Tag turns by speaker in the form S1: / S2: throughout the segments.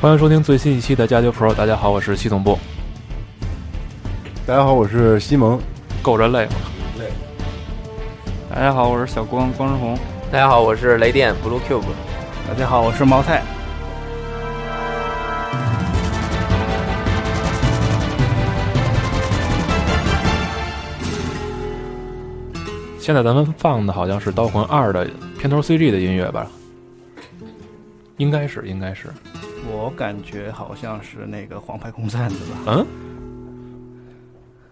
S1: 欢迎收听最新一期的《加九 Pro》，大家好，我是系统部。
S2: 大家好，我是西蒙。
S1: 够着累了，
S3: 大家好，我是小光光之红。
S4: 大家好，我是雷电 Blue Cube。
S3: 大家好，我是毛太。
S1: 现在咱们放的好像是《刀魂二》的片头 CG 的音乐吧？应该是，应该是。
S3: 我感觉好像是那个黄牌空战的吧？
S1: 嗯，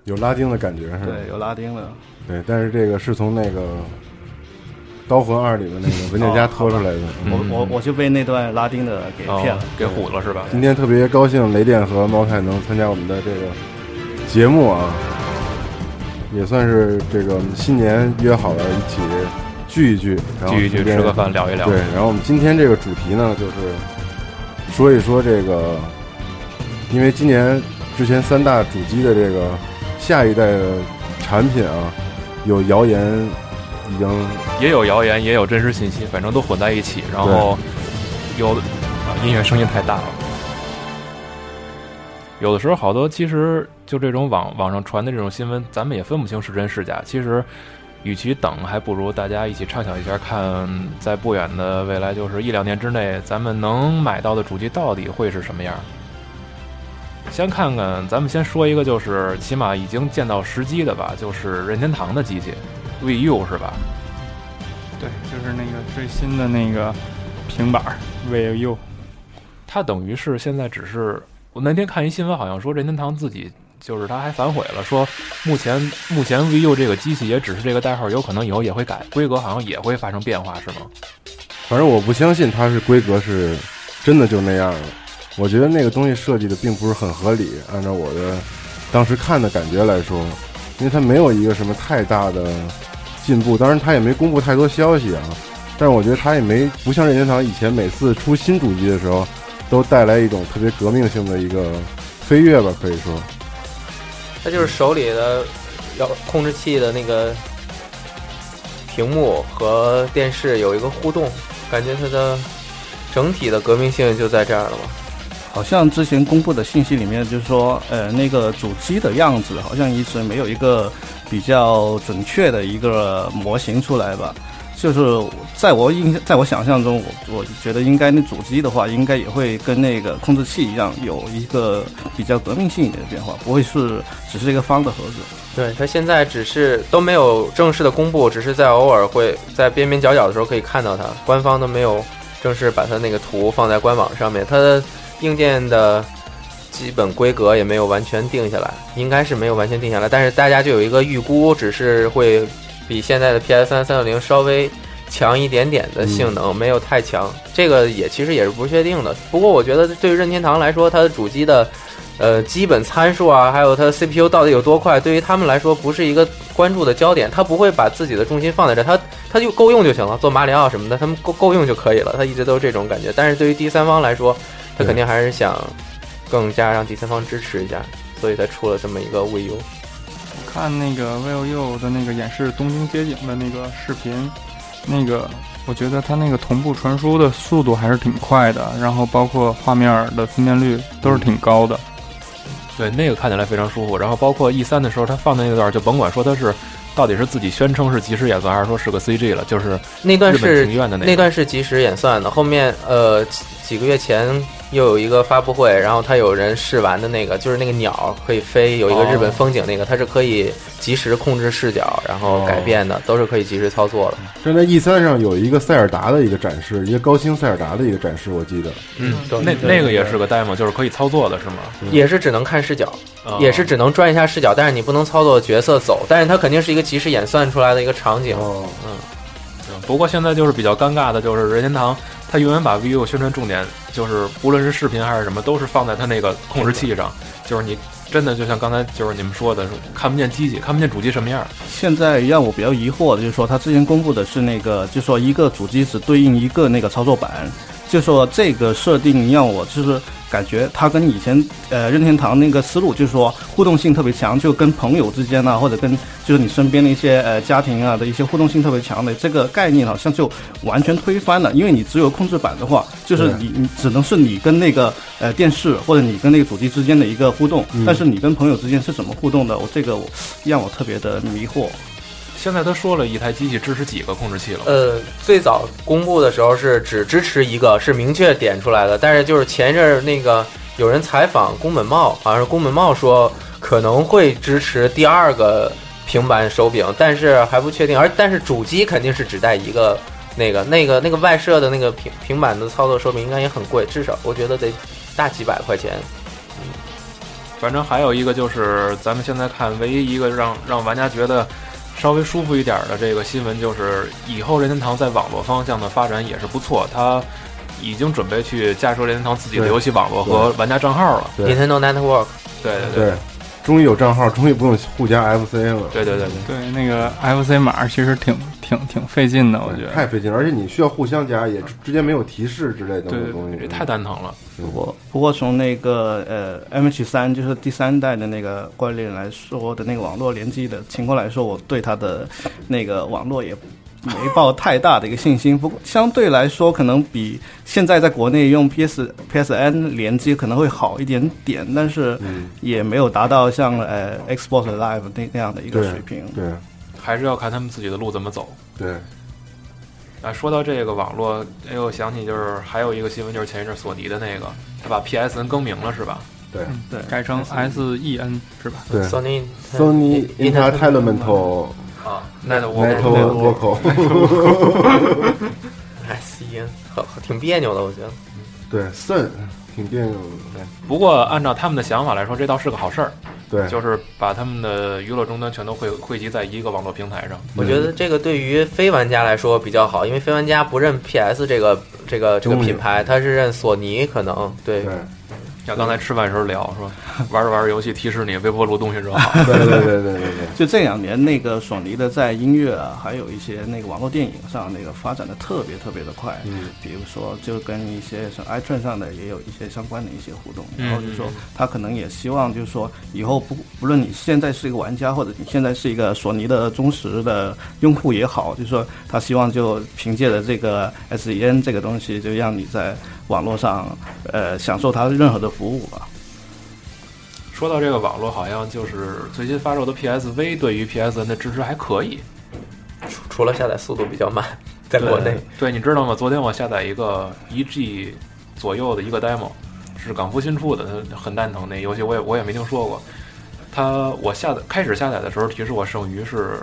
S2: 有拉丁的感觉是吧？
S3: 对，有拉丁的。
S2: 对但是这个是从那个《刀魂二》里面那个文件夹拖出来的。
S3: 我我我就被那段拉丁的给
S1: 哦
S3: 骗了。
S1: 给唬了是吧？
S2: 今天特别高兴，雷电和猫太能参加我们的这个节目啊，也算是这个新年约好了一起聚一聚，然后
S1: 聚一聚，
S2: 顺便
S1: 吃个饭，聊一聊。
S2: 对，然后我们今天这个主题呢，就是说一说这个，因为今年之前三大主机的这个下一代的产品啊，有谣言已经
S1: 也有谣言，也有真实信息，反正都混在一起。然后有的、啊音乐声音太大了，有的时候好多其实就这种网网上传的这种新闻，咱们也分不清是真是假。其实，与其等，还不如大家一起畅想一下，看在不远的未来，就是一两年之内，咱们能买到的主机到底会是什么样。先看看，咱们先说一个，就是起码已经见到时机的吧，就是任天堂的机器，VU 是吧？
S5: 对，就是那个最新的那个平板儿 VU，
S1: 它等于是现在只是我那天看一新闻，好像说任天堂自己就是他还反悔了，说目前目前 VU 这个机器也只是这个代号，有可能以后也会改规格，好像也会发生变化，是吗？
S2: 反正我不相信它是规格是真的就那样了。我觉得那个东西设计的并不是很合理，按照我的当时看的感觉来说，因为它没有一个什么太大的进步，当然它也没公布太多消息啊。但是我觉得它也没不像任天堂以前每次出新主机的时候，啊都带来一种特别革命性的一个飞跃吧，可以说。
S4: 它就是手里的遥控制器的那个屏幕和电视有一个互动，感觉它的整体的革命性就在这儿了嘛。
S3: 好像之前公布的信息里面，就是说，呃，那个主机的样子好像一直没有一个比较准确的一个模型出来吧。就是在我印，在我想象中，我我觉得应该那主机的话，应该也会跟那个控制器一样，有一个比较革命性一点的变化，不会是只是一个方的盒子。
S4: 对，它现在只是都没有正式的公布，只是在偶尔会在边边角角的时候可以看到它，官方都没有正式把它那个图放在官网上面，它的硬件的基本规格也没有完全定下来，应该是没有完全定下来，但是大家就有一个预估，只是会比现在的 PS 三三六零稍微。强一点点的性能、没有太强，这个也其实也是不确定的。不过我觉得对于任天堂来说，它的主机的呃，基本参数啊，还有它的 CPU 到底有多快，对于他们来说不是一个关注的焦点。他不会把自己的重心放在这，他他就够用就行了，做马里奥什么的，他们够够用就可以了。他一直都是这种感觉。但是对于第三方来说，他
S2: 对
S4: 肯定还是想更加让第三方支持一下，所以才出了这么一个 VU。
S5: 我看那个 VU 的那个演示东京街景的那个视频，那个我觉得它那个同步传输的速度还是挺快的，然后包括画面儿的分辨率都是挺高的。
S2: 嗯
S1: 对，那个看起来非常舒服。然后包括 E 三的时候，它放的那段就甭管说它是到底是自己宣称是即时演算，还是说是个 CG 了，就是
S4: 那段
S1: 日本
S4: 是
S1: 庭院的
S4: 那
S1: 个。
S4: 段是即时演算的，后面呃几几个月前又有一个发布会，然后它有人试玩的那个，就是那个鸟可以飞，有一个
S1: 哦
S4: 日本风景那个，它是可以及时控制视角，然后改变的，都是可以及时操作的。
S2: 正在 E 三上有一个塞尔达的一个展示，一个高清塞尔达的一个展示，我记得
S1: 嗯，
S4: 对
S1: 那
S4: 对
S1: 那个也是个 demo，就是可以操作的是吗？
S4: 也是只能看视角，
S1: 啊
S4: 也是只能转一下视角，但是你不能操作角色走，但是它肯定是一个即时演算出来的一个场景。
S2: 哦，
S1: 嗯不过现在就是比较尴尬的，就是任天堂它永远把 VU 宣传重点，就是不论是视频还是什么，都是放在它那个控制器上，就是你真的就像刚才就是你们说的，看不见机器，看不见主机什么样。
S3: 现在让我比较疑惑的就是说，它之前公布的是那个，就是说一个主机只对应一个那个操作板，就是说这个设定让我就是感觉它跟以前呃任天堂那个思路就是说互动性特别强，就跟朋友之间啊，或者跟就是你身边的一些呃家庭啊的一些互动性特别强的这个概念，好像就完全推翻了。因为你只有控制板的话，就是
S2: 对
S3: 你你只能是你跟那个呃电视或者你跟那个主机之间的一个互动，但是你跟朋友之间是怎么互动的，我这个我让我特别的迷惑。
S1: 现在他说了一台机器支持几个控制器了，
S4: 呃，最早公布的时候是只支持一个，是明确点出来的。但是就是前一阵儿那个有人采访宫本茂，好像是宫本茂说可能会支持第二个平板手柄，但是还不确定。而但是主机肯定是只带一个那个那个那个外设的那个平平板的操作手柄，应该也很贵，至少我觉得得大几百块钱。
S1: 反正还有一个就是咱们现在看唯一一个让让玩家觉得。稍微舒服一点的这个新闻就是，以后任天堂在网络方向的发展也是不错，它已经准备去架设任天堂自己的
S2: 对
S1: 游戏网络和玩家账号了。
S2: 对
S4: Nintendo Network
S1: 对对对
S2: 对，终于有账号，终于不用互加 FC 了，嗯
S1: 对对对对。
S5: 对，那个 FC 码其实挺挺挺费劲的，我觉得。
S2: 太费劲了，而且你需要互相加，也之间没有提示之类的
S5: 对对
S2: 东西，嗯
S1: 这太蛋疼了。
S3: 不过，不过从那个呃 M H 三就是第三代的那个关联来说的那个网络联机的情况来说，我对它的那个网络也没抱太大的一个信心。不过相对来说，可能比现在在国内用 P S P S N 联机可能会好一点点，但是
S2: 嗯
S3: 也没有达到像呃 Xbox Live 那那样的一个
S2: 对
S3: 水平。
S2: 对
S1: 还是要看他们自己的路怎么走。
S2: 对，
S1: 啊，说到这个网络，哎呦，我想起就是还有一个新闻，就是前一阵索尼的那个，他把 PSN 更名了是吧？
S5: 嗯
S3: 对
S5: 改成 SEN 是吧？
S2: 对
S4: Sony 哦
S2: Sony Entertainment
S1: 啊，那我
S2: Network
S4: SEN 哎好挺别扭的，我觉得。
S2: 对 Sun 挺别扭的，
S1: 不过按照他们的想法来说，这倒是个好事儿，
S2: 对，
S1: 就是把他们的娱乐终端全都汇汇集在一个网络平台上。
S4: 我觉得这个对于非玩家来说比较好，因为非玩家不认 PS 这个这个这个品牌，他是认索尼，可能对
S2: 对
S1: 像刚才吃饭时候聊说，玩着玩着游戏提示你微波炉东西热好，
S2: 对对对对对对。
S3: 就这两年，那个索尼的在音乐啊，还有一些那个网络电影上，那个发展的特别特别的快。
S2: 嗯，
S3: 比如说，就跟一些像 iTunes 上的也有一些相关的一些互动，
S1: 嗯
S3: 然后就说他可能也希望，就是说以后不不论你现在是一个玩家，或者你现在是一个索尼的忠实的用户也好，就是说他希望就凭借着这个 SEN 这个东西，就让你在网络上呃享受它任何的服务吧。
S1: 说到这个网络，好像就是最新发售的 PSV 对于 PSN 的支持还可以。
S4: 除除了下载速度比较慢，在国内
S1: 对，你知道吗？昨天我下载一个一 G 左右的一个 demo，是港服新出的，它很蛋疼。那游戏我也我也没听说过。它我下载开始下载的时候提示我剩余是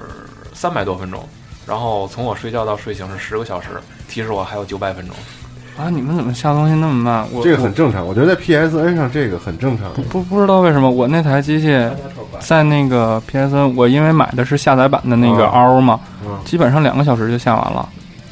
S1: 三百多分钟，然后从我睡觉到睡醒是十个小时，提示我还有九百分钟。
S5: 啊，你们怎么下东西那么慢？我
S2: 这个
S5: 我
S2: 很正常，我觉得在 PSN 上这个很正常。
S5: 不不知道为什么我那台机器在那个 PSN，我因为买的是下载版的那个
S2: 嗯
S5: RO 嘛，
S2: 嗯
S5: 基本上两个小时就下完了。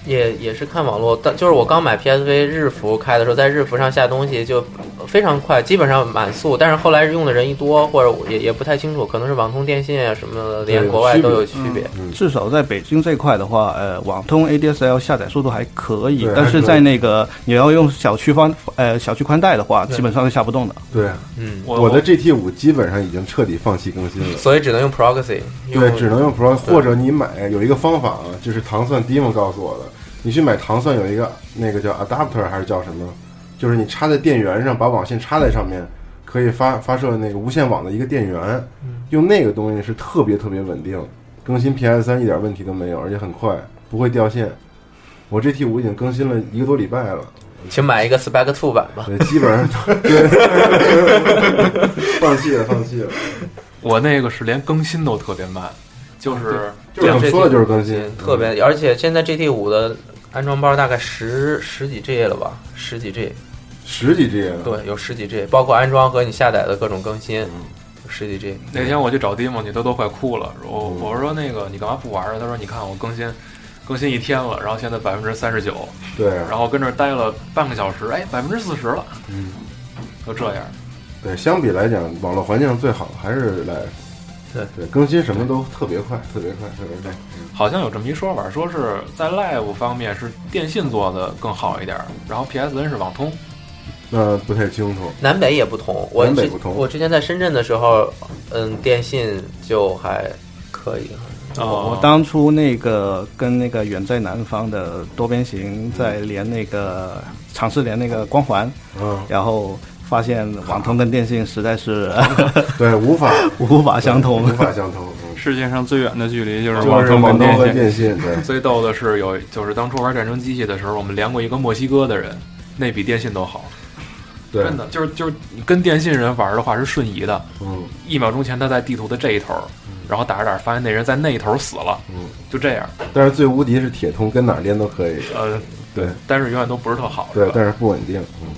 S4: 也也是看网络，但就是我刚买 PSV 日服开的时候，在日服上下东西就非常快，基本上满速。但是后来用的人一多，或者我也也不太清楚，可能是网通电信啊什么的，连
S2: 对嗯
S4: 国外
S2: 区别
S4: 都有区别。
S3: 至少在北京这块的话，呃，网通 ADSL 下载速度还可以
S2: 对，
S3: 但
S2: 还可
S3: 是
S2: 以
S3: 在那个你要用小区宽呃小区宽带的话，
S4: 对
S3: 基本上是下不动的。
S2: 对，
S4: 嗯，
S1: 我
S2: 我的 GT 五基本上已经彻底放弃更新了。
S4: 所以只能用 Proxy，用
S2: 对，只能用 Pro，或者你买有一个方法，啊，就是糖蒜 Demon 告诉我的，你去买糖蒜有一个那个叫 adapter 还是叫什么，就是你插在电源上，把网线插在上面，可以发发射那个无线网的一个电源，用那个东西是特别特别稳定，更新 PS 三一点问题都没有，而且很快，不会掉线。我 GT 五已经更新了一个多礼拜了，
S4: 请买一个 Spec Two 版吧。
S2: 对，基本上 都对，放弃了，放弃了。
S1: 我那个是连更新都特别慢，就是
S2: 就是我们说的就是更新
S4: 嗯，特别，而且现在 GT 五的安装包大概十十几 G 了吧，十几 G，
S2: 十几 G 了，
S4: 对，有十几 G，包括安装和你下载的各种更新
S2: 嗯，
S4: 十几 G。
S1: 那天我去找 Dimo，你都都快哭了。我
S2: 嗯
S1: 我说那个你干嘛不玩啊？他说你看我更新更新一天了，然后现在百分之三十九，
S2: 对啊，
S1: 然后跟这儿待了半个小时，哎，百分之四十了，
S2: 嗯，
S1: 就这样。
S2: 对，相比来讲，网络环境最好还是来，
S4: 对
S2: 对，更新什么都特别快，特别快，特别快。
S1: 好像有这么一说法，说是在 Live 方面是电信做的更好一点，然后 PSN 是网通。
S2: 那不太清楚，
S4: 南北也不同，我
S2: 南北
S4: 之
S2: 不同
S4: 我之前在深圳的时候，嗯，电信就还可以，
S3: 我
S1: 哦，
S3: 当初那个跟那个远在南方的多边形在连那个尝试连那个光环，
S2: 嗯，
S3: 然后发现网通跟电信实在是
S2: 对，无法
S3: 无法相
S2: 无
S3: 通。
S2: 法相通，嗯
S5: 世界上最远的距离就是
S2: 就是
S5: 通
S2: 网
S5: 跟
S2: 通和
S5: 电信。
S2: 电信，对，
S1: 最逗的是有，就是当初玩战争机器的时候，我们连过一个墨西哥的人，那比电信都好，
S2: 对，
S1: 真的就是就是你跟电信人玩的话是瞬移的，
S2: 嗯
S1: 一秒钟前他在地图的这一头，然后打着打着发现那人在那一头死了，
S2: 嗯，
S1: 就这样。
S2: 但是最无敌是铁通，跟哪儿连都可以，
S1: 呃，
S2: 对，
S1: 但是永远都不是特好，
S2: 对
S1: 是，吧？
S2: 但是不稳定，嗯。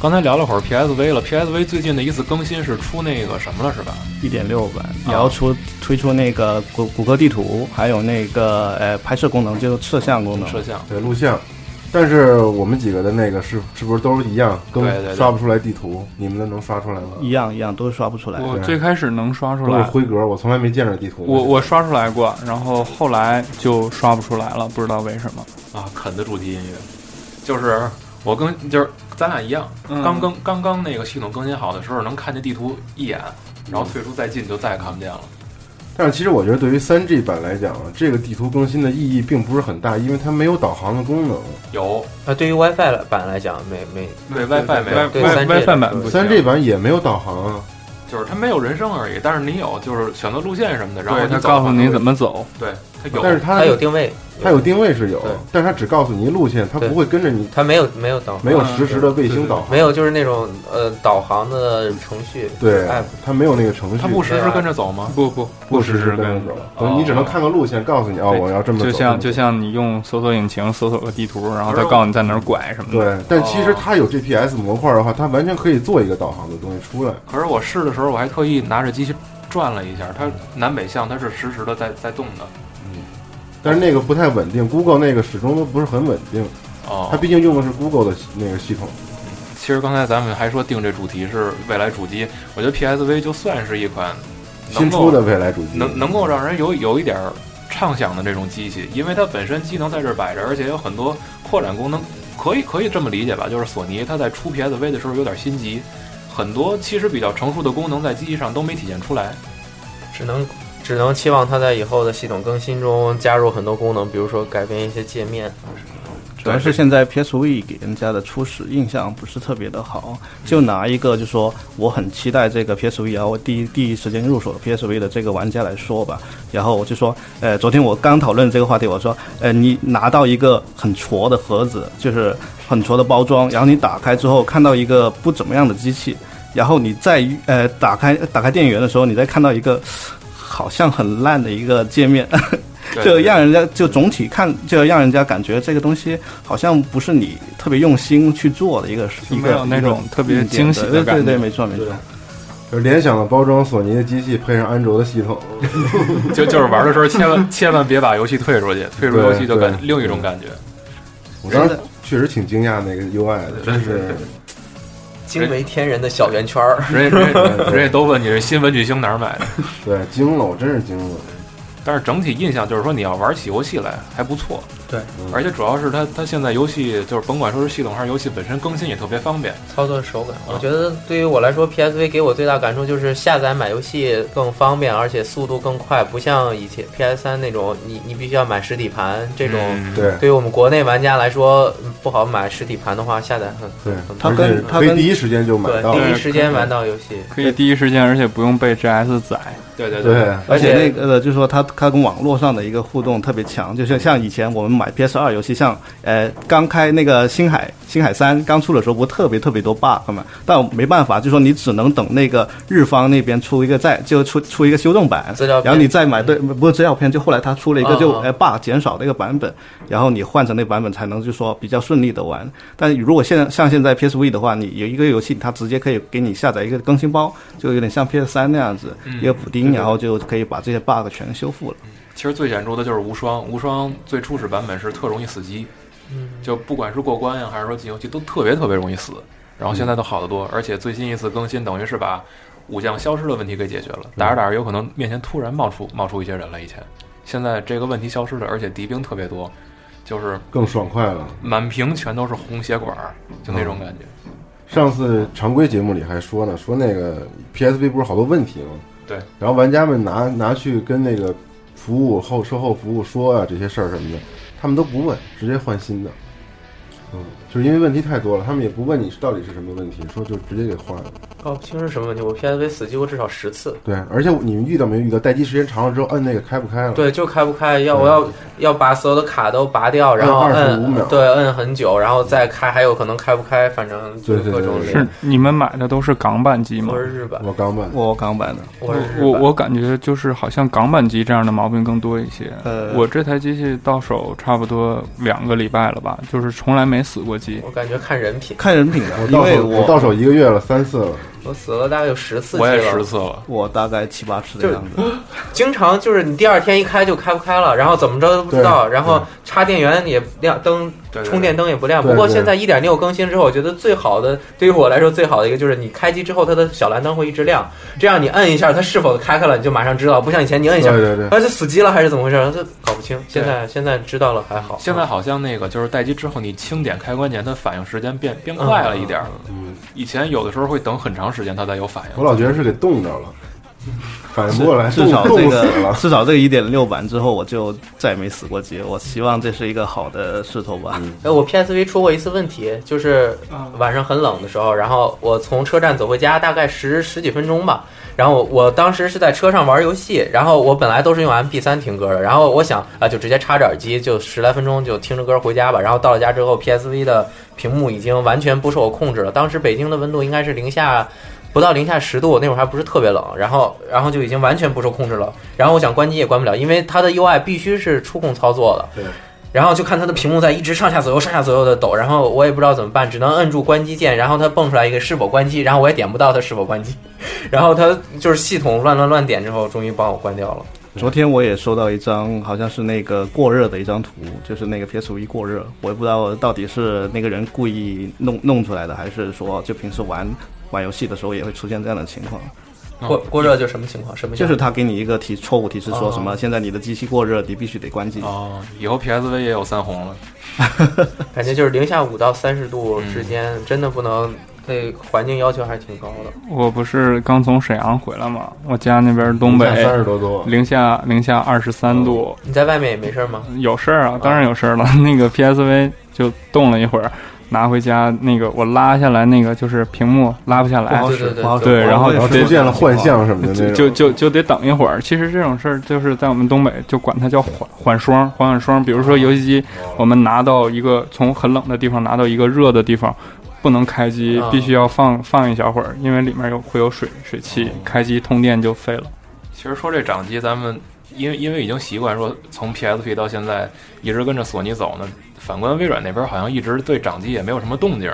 S1: 刚才聊了会儿 PSV 了，PSV 最近的一次更新是出那个什么了，是吧？
S3: 一点六版，然后出推出那个谷谷歌地图，还有那个呃拍摄功能，就是摄像功能。
S1: 摄像。
S2: 对录像。但是我们几个的那个是是不是都是一样，更
S1: 对对对
S2: 刷不出来地图？你们的能刷出来吗？
S3: 一样一样都是刷不出来。
S5: 我最开始能刷出
S2: 都是
S5: 来，
S2: 灰格，我从来没见着地图。
S5: 我我刷出来过，然后后来就刷不出来了，不知道为什么。
S1: 啊，肯的主题音乐，就是我更就是咱俩一样，
S5: 嗯
S1: 刚更刚刚那个系统更新好的时候，能看见地图一眼，然后退出再进就再也看不见了。
S2: 但是其实我觉得对于三 G 版来讲，啊这个地图更新的意义并不是很大，因为它没有导航的功能。
S1: 有
S4: 啊，对于 WiFi 版来讲，没没
S1: 对 WiFi 没有，
S4: 对
S5: Wi
S4: 三 G 的
S5: WiFi 版不行
S2: 三 G 版也没有导航啊。
S1: 就是它没有人声而已，但是你有就是选择路线什么的，然后
S5: 对他
S1: 走
S5: 告诉你怎
S1: 么
S5: 么走，
S1: 对它有，
S2: 但是它
S4: 它有定位，
S2: 它有定位是有
S4: 对，
S2: 但是它只告诉你路线，它
S4: 对
S2: 不会跟着
S5: 嗯
S2: 你，
S4: 它没有没有导航
S2: 没有实时的卫星导航。
S4: 没有就是那种呃导航的程序
S2: 对
S4: app，，
S2: 它没有那个程序，
S1: 它不实时跟着走吗？
S5: 不不
S2: 不
S5: 实时
S2: 跟
S5: 跟
S2: 着走，
S1: 哦
S2: 你只能看个路线，告诉你哦，
S5: 对
S2: 我要这么走。
S5: 就
S2: 这么
S5: 像
S2: 走
S5: 就像你用搜索引擎搜索个地图，然后它告诉你在哪儿拐什么的。
S2: 对，但其实它有 GPS 模块的话，它完全可以做一个导航的东西出来。
S1: 可是我试的时候，我还特意拿着机器转了一下，它南北向它是实时的在在动的。
S2: 但是那个不太稳定，Google 那个始终都不是很稳定。
S1: 哦
S2: 它，毕竟用的是 Google 的那个系统。
S1: 其实刚才咱们还说定这主题是未来主机，我觉得 PSV 就算是一款
S2: 新
S1: 能够
S2: 出的未来主机，
S1: 能能够让人有有一点儿畅想的这种机器，因为它本身机能在这儿摆着，而且有很多扩展功能，可以可以这么理解吧？就是索尼它在出 PSV 的时候有点心急，很多其实比较成熟的功能在机器上都没体现出来。
S4: 只能只能期望它在以后的系统更新中加入很多功能，比如说改变一些界面。
S3: 主要是现在 PSV 给人家的初始印象不是特别的好，就拿一个就说我很期待这个 PSV，然后啊第一第一时间入手 PSV 的这个玩家来说吧，然后我就说，呃，昨天我刚讨论这个话题，我说，呃，你拿到一个很矬的盒子，就是很矬的包装，然后你打开之后看到一个不怎么样的机器，然后你再呃打开打开电源的时候，你再看到一个好像很烂的一个界面，就让人家就总体看，就让人家感觉这个东西好像不是你特别用心去做的一个，
S5: 就
S3: 一
S5: 没
S3: 个
S5: 有那种特别
S3: 一个
S5: 惊喜的
S3: 对对
S5: 感觉
S3: 对，没错没错。
S2: 就是联想的包装，索尼的机器配上安卓的系统，
S1: 就就是玩的时候千万千万别把游戏退出去，退出游戏就感
S2: 对
S1: 另一种感觉。
S2: 我当时确实挺惊讶那个 UI 的，真是
S4: 惊为天人的小圆圈儿，
S1: 人家人家人家都问你是新文具星哪儿买的，
S2: 对惊了，我真是惊了。
S1: 但是整体印象就是说你要玩起游戏来还不错，
S6: 对，
S1: 而且主要是它它现在游戏就是甭管说是系统还是游戏本身更新也特别方便，
S4: 操作手感，我觉得对于我来说，PSV 给我最大感触就是下载买游戏更方便，而且速度更快，不像以前 PS 三那种，你你必须要买实体盘这种。
S2: 对
S4: 对于我们国内玩家来说，嗯不好买实体盘的话，下载很
S2: 对
S4: 很，
S3: 它
S2: 而
S4: 很
S3: 跟
S2: 且
S3: 它
S2: 可以
S3: 跟
S2: 第一时间就买
S4: 对
S2: 到，
S4: 第一时间玩到游戏。
S5: 可以第一时间，而且不用被 GS 载。
S1: 对对
S2: 对，
S3: 而且
S4: 而且
S3: 那个呃，就是说它它跟网络上的一个互动特别强，就是像以前我们买 PS 二游戏，像呃刚开那个星海星海三刚出的时候，不特别特别多 bug 嘛，但没办法，就说你只能等那个日方那边出一个再就出出一个修正版
S4: 资料，片
S3: 然后你再买对，不是资料片，就后来它出了一个就
S2: 哦
S4: 啊啊
S3: 呃 bug 减少的一个版本，然后你换成那个版本才能就说比较顺利的玩。但如果现在像现在 PSV 的话，你有一个游戏，它直接可以给你下载一个更新包，就有点像 PS 三那样子，
S2: 嗯
S3: 一个补丁，然后就可以把这些 bug 全修复了。
S1: 其实最显著的就是无双，无双最初始版本是特容易死机，就不管是过关呀，还是说进游戏，都特别特别容易死。然后现在都好得多，而且最新一次更新等于是把武将消失的问题给解决了。打着打着，有可能面前突然冒出冒出一些人来，以前现在这个问题消失了，而且敌兵特别多，就是
S2: 更爽快了。
S1: 满屏全都是红血管儿，就那
S2: 嗯
S1: 种感觉。
S2: 上次常规节目里还说呢，说那个 PSV 不是好多问题吗？
S1: 对，
S2: 然后玩家们拿拿去跟那个服务后售后服务说啊这些事儿什么的，他们都不问，直接换新的。嗯，就是因为问题太多了，他们也不问你到底是什么问题，说就直接给换了。
S4: 搞不清哦是什么问题，我 PSV 死机过至少十次。
S2: 对，而且你们遇到没遇到待机时间长了之后，摁那个开不开了？，
S4: 对，就开不开，
S2: 嗯
S4: 要我要要把所有的卡都拔掉，然后
S2: 25
S4: 摁
S2: 秒，
S4: 对，摁很久，然后再开，还有可能开不开，反正就
S2: 对对
S4: 各种
S2: 对
S5: 是
S4: 人。
S5: 你们买的都是港版机吗
S4: 我？是日版，
S2: 我刚问，
S3: 我港版的，
S4: 我是日
S5: 我
S4: 版
S5: 我感觉就是好像港版机这样的毛病更多一些。
S3: 呃
S5: 我这台机器到手差不多两个礼拜了吧，就是从来没死过机。
S4: 我感觉看人品，
S3: 看人品的，
S2: 我
S3: 因
S2: 到
S3: 为
S2: 手我到手一个月了，三次了。
S4: 我死了大概有十次机
S1: 嗯我也
S4: 了
S1: 十，次了，
S3: 我大概七八次的样子。
S4: 经常就是你第二天一开就开不开了，然后怎么着都不知道，然后插电源也亮灯，
S1: 对对对
S4: 充电灯也不亮。
S2: 对
S4: 不过
S2: 对
S4: 现在一点六更新之后，我觉得最好的对于我来说最好的一个就是你开机之后它的小蓝灯会一直亮，这样你摁一下它是否开开了你就马上知道，不像以前你摁一
S2: 对
S4: 下。
S2: 对对，
S4: 而且死机了还是怎么回事？这搞不清。现在现在知道了还好。
S1: 现在好像那个就是待机之后，你轻点开关键，它反应时间变变快了一点儿。
S2: 嗯，
S1: 以前有的时候会等很长时间它才有反应
S2: 我。老觉得是给冻着了，反应不过来，
S3: 至少
S2: 冻
S3: 这
S2: 冻死
S3: 个
S2: 了。
S3: 至少这个一点六版之后，我就再也没死过机。我希望这是一个好的势头吧。
S4: 哎，我 PSV 出过一次问题，就是晚上很冷的时候，然后我从车站走回家，大概十十几分钟吧。然后我我当时是在车上玩游戏，然后我本来都是用 MP3 听歌的，然后我想啊、就直接插着耳机，就十来分钟就听着歌回家吧。然后到了家之后，PSV 的屏幕已经完全不受我控制了。当时北京的温度应该是零下不到零下十度，那会儿还不是特别冷，然后然后就已经完全不受控制了。然后我想关机也关不了，因为它的 UI 必须是触控操作的。
S2: 对。
S4: 然后就看它的屏幕在一直上下左右、上下左右的抖，然后我也不知道怎么办，只能摁住关机键，然后它蹦出来一个是否关机，然后我也点不到它是否关机， 然后它就是系统乱乱乱点之后，终于帮我关掉了。
S3: 昨天我也收到一张，好像是那个过热的一张图，就是那个 PS5 过热，我也不知道到底是那个人故意弄弄出来的，还是说就平时玩玩游戏的时候也会出现这样的情况，
S1: 嗯
S4: 过过热就什么情况？什么情
S3: 就
S4: 况
S3: 是他给你一个提错误提示，说
S4: 哦
S3: 什么现在你的机器过热，你必须得关机。
S1: 哦，以后 PSV 也有三红了。
S4: 感觉就是零下五到三十度之间，真的不能嗯对环境要求还是挺高的。
S5: 我不是刚从沈阳回来吗？我家那边东北
S2: 三十多度，啊
S5: 零下零下二十三度，
S4: 你在外面也没事儿吗？
S5: 有事儿啊，当然有事儿了。 那个 PSV 就冻了一会儿，拿回家那个我拉下来那个就是屏幕拉不下来，
S4: 对对对
S3: 不好使
S5: 对然后
S3: 我也
S2: 然后
S3: 试过
S2: 出现了幻
S3: 这
S2: 象
S3: 种情况
S2: 什么的那
S5: 就
S2: 种，
S5: 就就就得等一会儿。其实这种事儿就是在我们东北就管它叫缓缓霜，缓缓霜。比如说游戏机，
S2: 哦
S5: 我们拿到一个从很冷的地方拿到一个热的地方，不能开机
S2: 嗯
S4: 啊，
S5: 必须要放放一小会儿，因为里面有会有水水
S2: 哦
S5: 汽，开机通电就废了。
S1: 其实说这掌机，咱们因为因为已经习惯说从 PSP 到现在一直跟着索尼走呢，反观微软那边好像一直对掌机也没有什么动静。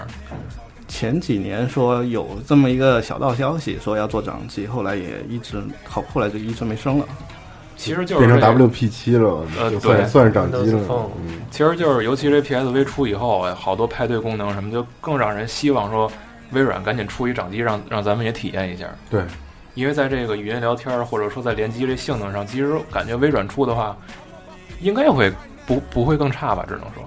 S3: 前几年说有这么一个小道消息，说要做掌机，后来也一直后后来就一直没声了。
S1: 其实就是
S2: 变成
S1: 这个
S2: WP 七了，
S1: 呃
S2: 就
S1: 对
S2: 算算是掌机
S4: Windows
S2: 了
S4: Phone。
S2: 嗯
S1: 其实就是尤其这 PSV 出以后，哎好多派对功能什么，就更让人希望说微软赶紧出一掌机让，让咱们也体验一下。
S2: 对，
S1: 因为在这个语音聊天儿或者说在联机这性能上，其实感觉微软出的话，应该会不不会更差吧？只能说，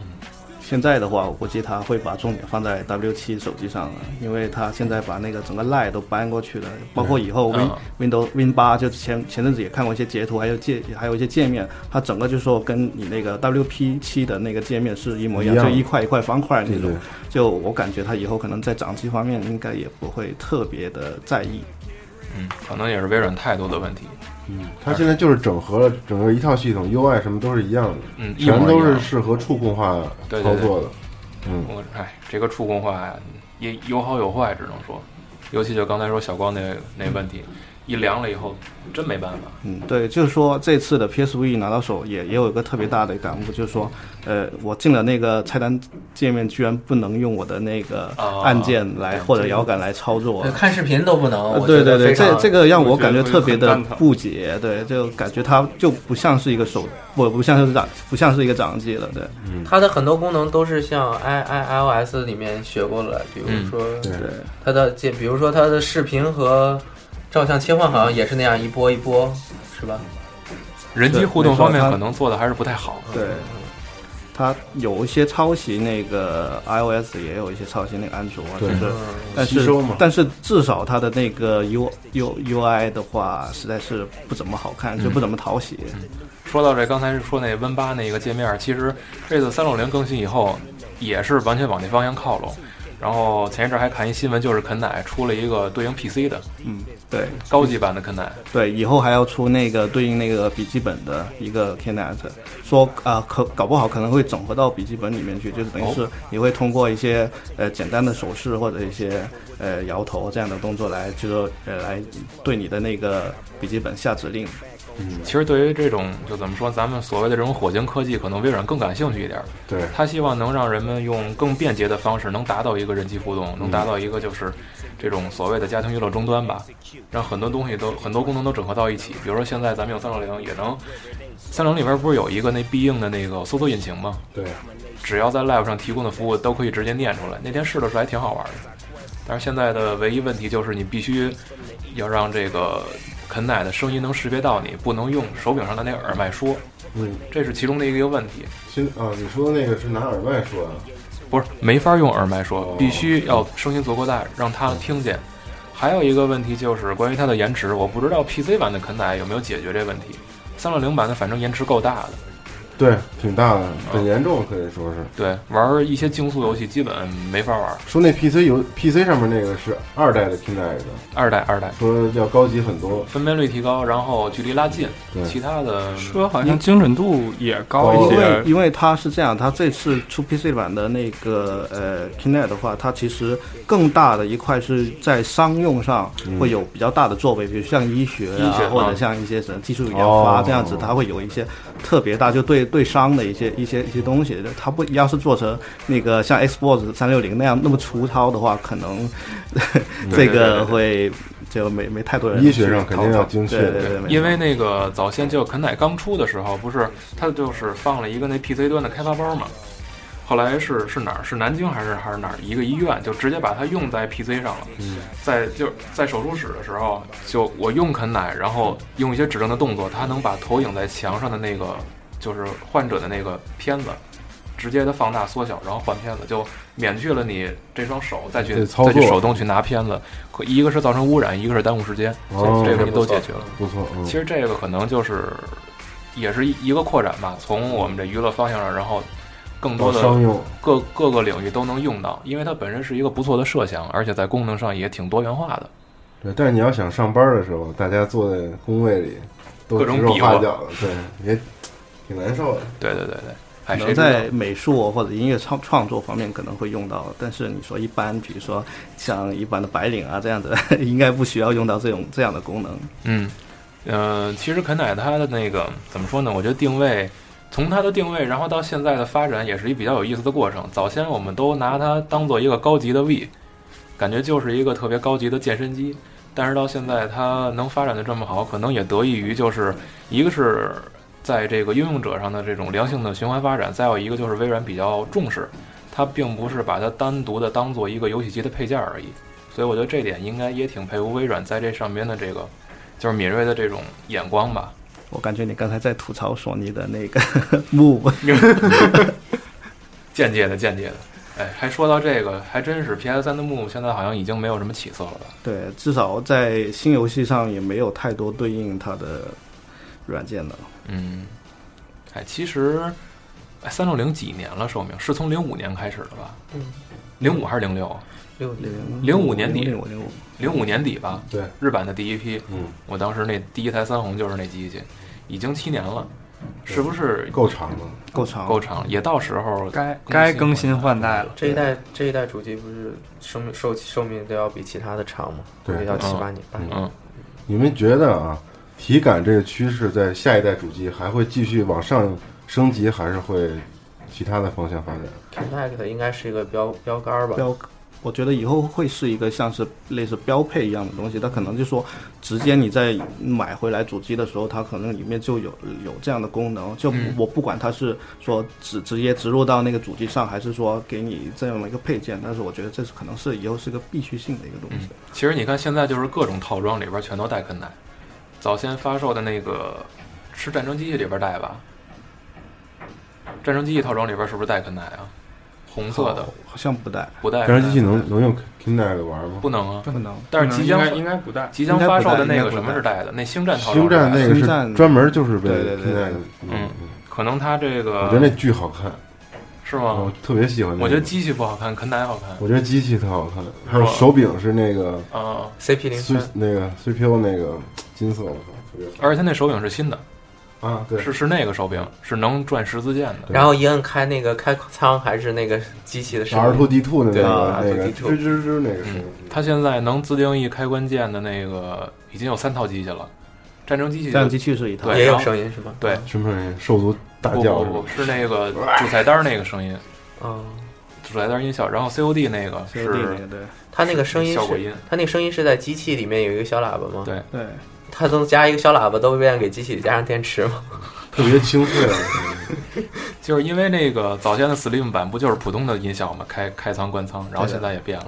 S3: 现在的话，我估计他会把重点放在 W 7手机上了，因为他现在把那个整个 Line 都搬过去了，包括以后
S2: 嗯
S3: Win、
S1: 啊
S3: Windows Win 8，就前前阵子也看过一些截图，还有界还有一些界面，它整个就是说跟你那个 WP 7的那个界面是一模一样，
S2: 一样
S3: 就一块一块方块那
S2: 对
S3: 种。
S2: 对，
S3: 就我感觉他以后可能在掌机方面应该也不会特别的在意。
S1: 嗯，可能也是微软态度的问题。
S2: 它现在就是整合了整个一套系统，UI 什么都是一样的，
S1: 嗯，一模
S2: 全
S1: 一
S2: 都是
S1: 样
S2: 适合触控化
S1: 对对
S2: 操
S1: 对
S2: 作的。嗯，
S1: 我哎，这个触控化呀，也有好有坏，只能说，尤其就刚才说小光那那问题，一凉了以后，真没办法。
S3: 嗯，对，就是说这次的 PSV 拿到手也也有一个特别大的感悟，就是说，呃，我进了那个菜单界面，居然不能用我的那个
S1: 啊
S6: 哦
S3: 按键来、或者摇杆来操作
S6: 对。看视频都不能，
S3: 呃
S6: 我
S3: 对
S6: 觉得
S3: 对
S6: 非
S3: 对，这
S6: 常
S3: 这个让我
S5: 我觉
S3: 感
S5: 得
S3: 觉特别的
S5: 很蛋疼
S3: 不解，对，就感觉它就不像是一个手，不不像是掌，不像是一个掌机了，对
S4: 它的很多功能都是像 i i iOS 里面学过了，比
S3: 嗯
S4: 如说
S2: 对
S3: 对。
S4: 它的这，比如说它的视频和照相切换，好像也是那样一波一波，是吧？
S1: 人机
S3: 对
S1: 互动
S3: 没错
S1: 方面
S3: 它
S1: 可能做的还是不太好。
S3: 对，它有一些抄袭那个 iOS，也有一些抄袭那个安卓，啊就
S2: 对
S3: 是
S4: 嗯，
S3: 但
S2: 吸
S3: 是
S2: 收嘛
S3: 但是至少它的那个 U U U I 的话，实在是不怎么好看，
S2: 嗯
S3: 就不怎么讨喜。
S1: 说到这，刚才是说那 Win 八那个界面，其实这次三六零更新以后，也是完全往那方向靠拢。然后前一阵还看一新闻，就是肯奶出了一个对应 PC 的
S3: 嗯，对
S1: 高级版的肯奶，
S3: 对，以后还要出那个对应那个笔记本的一个 Keynet，说啊、可搞不好可能会整合到笔记本里面去，就是等
S2: 哦
S3: 于是你会通过一些呃简单的手势或者一些呃摇头这样的动作来，就是说呃来对你的那个笔记本下指令。
S1: 其实对于这种就怎么说，咱们所谓的这种火箭科技，可能微软更感兴趣一点儿。
S2: 对，
S1: 他希望能让人们用更便捷的方式，能达到一个人机互动，能达到一个就是这种所谓的家庭娱乐终端吧，让很多东西都很多功能都整合到一起。比如说现在咱们用三六零也能，三六零里边不是有一个那必应的那个搜索引擎吗？
S2: 对，
S1: 只要在 Live 上提供的服务都可以直接念出来。那天试的时候还挺好玩的，但是现在的唯一问题就是你必须要让这个肯奶的声音能识别到你，不能用手柄上的那个耳麦说，
S2: 嗯，
S1: 这是其中的一个问题。
S2: 新啊，你说那个是拿耳麦说啊？
S1: 不是没法用耳麦说
S2: 哦，
S1: 必须要声音足够大，让他听见。还有一个问题就是关于它的延迟，我不知道 PC 版的肯奶有没有解决这问题。三六零版的反正延迟够大的，
S2: 对，挺大的，很严重，可以说是。
S1: 对，玩一些竞速游戏基本没法玩。
S2: 说那 PC 有 PC 上面那个是二代的 Kinect，
S1: 二代二代
S2: 说要高级很多，
S1: 分辨率提高，然后距离拉近，
S2: 对
S1: 其他的
S5: 车好像精准度也高一
S2: 哦
S3: 因
S5: 些
S3: 为，因为它是这样，它这次出 PC 版的那个呃 Kinect 的话，它其实更大的一块是在商用上会有比较大的作为，比如像医学
S1: 医
S3: 啊
S1: 学，
S3: 或者
S1: 嗯
S3: 像一些什么技术研发
S2: 哦
S3: 这样子，它会有一些特别大，就对对商的一些一些一些东西，它不要是做成那个像 Xbox 三六零那样那么粗糙的话，可能这个会就没没太多人
S2: 医学
S3: 去
S2: 上肯
S3: 讨
S2: 定要
S3: 论
S2: 精确
S3: 对
S2: 的
S3: 对对，没
S1: 因
S3: 错
S1: 为那个早先就肯奶刚出的时候，不是它就是放了一个那 PC 端的开发包嘛。后来是是哪儿？是南京还是还是哪儿？一个医院就直接把它用在 PC 上了。
S2: 嗯，
S1: 在就在手术室的时候，就我用肯奶，然后用一些指令的动作，它能把投影在墙上的那个就是患者的那个片子，直接的放大缩小，然后换片子，就免去了你这双手再去
S2: 对操作
S1: 再去手动去拿片子。可一个是造成污染，一个是耽误时间，
S2: 哦
S1: 这个问题都解决了。
S2: 不错，嗯
S1: 其，实这个可能就是也是一一个扩展吧，从我们这娱乐方向上，然后更多
S2: 到
S1: 的
S2: 商用，
S1: 各各个领域都能用到，因为它本身是一个不错的设想，而且在功能上也挺多元化的。
S2: 对，但是你要想上班的时候，大家坐在工位里都
S1: 各种
S2: 指手
S1: 比划
S2: 画脚的，对，也挺难受的。
S1: 对对对对，
S3: 可
S1: 哎，谁
S3: 能
S1: 知道
S3: 在美术或者音乐创创作方面可能会用到，但是你说一般，比如说像一般的 白领啊这样子，应该不需要用到这种这样的功能。
S1: 嗯，呃，其实肯奶它的那个怎么说呢？我觉得定位，从它的定位，然后到现在的发展，也是一比较有意思的过程。早先我们都拿它当做一个高级的 V，感觉就是一个特别高级的健身机。但是到现在，它能发展的这么好，可能也得益于就是一个是在这个应用者上的这种良性的循环发展，再有一个就是微软比较重视，它并不是把它单独的当做一个游戏机的配件而已。所以我觉得这点应该也挺佩服微软在这上边的这个就是敏锐的这种眼光吧。
S3: 我感觉你刚才在吐槽索尼的那个 Move，
S1: 间接的，间接的。哎，还说到这个，还真是 PS 三的幕现在好像已经没有什么起色了吧？
S3: 对，至少在新游戏上也没有太多对应它的软件了。
S1: 嗯，哎，其实，哎，三六零几年了寿命？是从零五年开始的吧？
S4: 嗯，
S1: 零五还是零六？
S4: 六年
S1: 05年底
S3: 零五零五，
S1: 零五年底吧？
S2: 对，
S1: 日版的第一批，
S2: 嗯，
S1: 我当时那第一台三红就是那机器，已经七年了，是不是
S2: 够长了。
S3: 够长，
S1: 够长了？也到时候
S5: 该该更新换代了。
S4: 这一代这一代主机不是寿命寿寿命都要比其他的长吗？
S2: 对
S4: 估计要七八年。
S2: 嗯
S1: 嗯，
S2: 你们觉得啊，体感这个趋势在下一代主机还会继续往上升级，还是会其他的方向发展？
S4: Kinect 应该是一个标标杆儿吧？
S3: 标，我觉得以后会是一个像是类似标配一样的东西。它可能就说，直接你在买回来主机的时候，它可能里面就有有这样的功能。就
S1: 嗯
S3: 我不管它是说直直接植入到那个主机上，还是说给你这样的一个配件，但是我觉得这是可能是以后是个必须性的一个东西。
S1: 其实你看，现在就是各种套装里边全都带肯奶。早先发售的那个是战争机器里边带吧？战争机器套装里边是不是带肯奶啊？红色的
S3: 好像不带，
S1: 不带
S2: 战
S1: 肯奶。
S2: 争机器能能用 Kinect 玩吗？
S1: 哎不能啊？
S3: 不能。
S1: 但是即
S5: 应
S1: 将
S5: 该应该不带，
S1: 即将
S3: 应该
S1: 发
S3: 不
S1: 售的
S3: 带
S1: 那
S3: 应
S1: 个
S3: 该不
S1: 什么
S3: 带
S1: 是带的？那星战套装
S2: 星战
S1: 是带的
S2: 那个是
S3: 星战
S2: 专门就是为
S3: 对对
S2: Kinect，
S3: 对对
S2: 的
S1: 嗯可能它这个
S2: 我觉得那巨好看，
S1: 是
S2: 我
S1: 吗？
S2: 特别喜欢那个。
S1: 啊我觉得机器不好看，肯奶好看
S2: 我觉得机器特好看，还有手柄是那个
S1: 啊、
S4: CP 零
S2: 碎
S4: 三
S2: 那个 CPU 那个金色的，特别好
S1: 而且它那手柄是新的，
S2: 啊，对，
S1: 是是那个手柄，是能转十字键的。
S2: 对
S4: 然后一摁开那个开舱还是那个机器的声音
S2: R two D two 的那
S4: 对
S1: 啊
S2: 个那个
S4: R2D2
S2: 吱吱吱那个声音
S1: 嗯，，它现在能自定义开关键的那个已经有三套机器了，战争机器
S3: 这样机器是一套
S1: 对，
S4: 也
S1: 然
S4: 有
S1: 后
S4: 声音是吗？
S1: 对，
S2: 什么声音？兽族大
S1: 不
S2: 叫
S1: 不
S2: 是吧
S1: 不，是那个主菜单那个声音，
S4: 哦，
S1: 主菜单音效，然后 COD 那个
S3: ，COD 那
S1: 是
S3: 个对
S4: 它那个声音
S1: 效果
S4: 是，
S1: 音，
S4: 它那个声音是在机器里面有一个小喇叭吗？
S1: 对
S3: 对，
S4: 它能加一个小喇叭都为了给机器加上电池吗？
S2: 特别清脆的声音。
S1: 就是因为那个早先的 Slim 版不就是普通的音效嘛，开开仓关仓，然后现在也变了。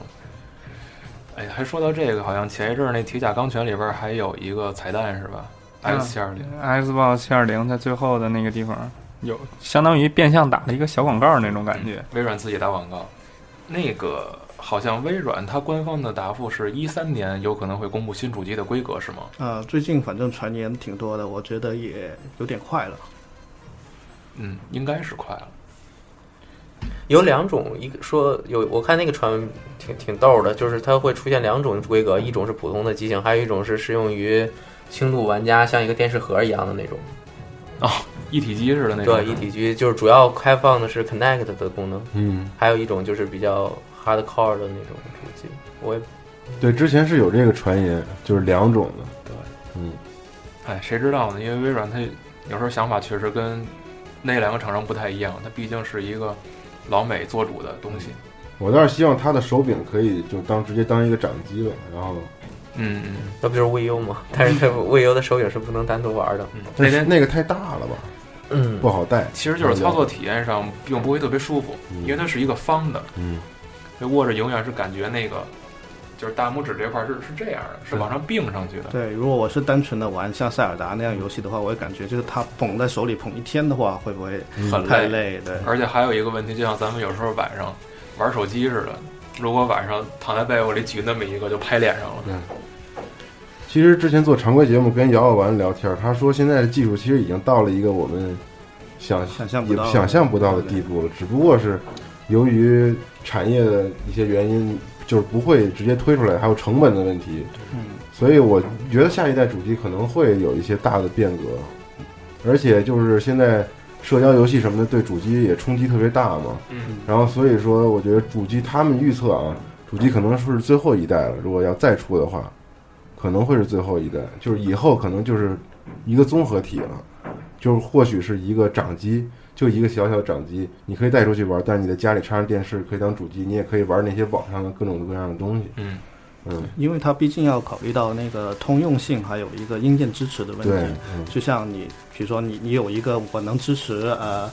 S1: 哎，还说到这个，好像前一阵儿那《铁甲钢拳》里边还有一个彩蛋是吧
S5: 嗯
S1: ？X 七二零，
S5: Xbox 七二零在最后的那个地方有相当于变相打了一个小广告那种感觉。
S1: 微软自己打广告，那个好像微软它官方的答复是一三年有可能会公布新主机的规格是吗？
S3: 啊、最近反正传言挺多的，我觉得也有点快了。
S1: 嗯，应该是快了。
S4: 有两种，一个说有我看那个传闻挺挺逗的，就是它会出现两种规格，一种是普通的机型，还有一种是适用于轻度玩家，像一个电视盒一样的那种。
S1: 一体机似的那种，
S4: 对，一体机就是主要开放的是 Connect 的功能，
S2: 嗯，
S4: 还有一种就是比较 hardcore 的那种主机。我也
S2: 对，之前是有这个传言，就是两种的。
S4: 对，
S2: 嗯，
S1: 哎，谁知道呢？因为微软它有时候想法确实跟那两个厂商不太一样，它毕竟是一个老美做主的东西。
S2: 我倒是希望它的手柄可以就当直接当一个掌机了，然后
S1: 嗯嗯，
S4: 那不就是 VU 吗？ 但 是它 VU 的手柄是不能单独玩的。
S1: 嗯那
S2: 但是
S1: 天
S2: 那个太大了吧，
S4: 嗯
S2: 不，好带。
S1: 其实就是操作体验上并不会特别舒服，
S2: 嗯
S1: 因为它是一个方的，
S2: 嗯，
S1: 所以握着永远是感觉那个就是大拇指这块是是这样的，是往上并上去的。
S3: 对，如果我是单纯的玩像塞尔达那样游戏的话，我会感觉就是它捧在手里捧一天的话，会不会
S1: 很
S3: 太
S1: 累
S3: 累？嗯对，
S1: 而且还有一个问题，就像咱们有时候晚上玩手机似的，如果晚上躺在被窝里举那么一个就拍脸上了。
S2: 其实之前做常规节目跟姚耀完聊天，他说现在的技术其实已经到了一个我们想
S3: 想象不到
S2: 也想象不到的地步了，只不过是由于产业的一些原因，就是不会直接推出来，还有成本的问题。
S3: 嗯，
S2: 所以我觉得下一代主机可能会有一些大的变革，而且就是现在社交游戏什么的对主机也冲击特别大嘛。
S1: 嗯，
S2: 然后所以说，我觉得主机他们预测啊，主机可能是最后一代了。如果要再出的话，可能会是最后一代，就是以后可能就是一个综合体了，就是或许是一个掌机，就一个小小的掌机，你可以带出去玩，但你在家里插上电视可以当主机，你也可以玩那些网上的各种各样的东西。
S1: 嗯，
S2: 嗯，
S3: 因为它毕竟要考虑到那个通用性，还有一个硬件支持的问
S2: 对
S3: 题。，
S2: 嗯
S3: 就像你，比如说你你有一个我能支持呃，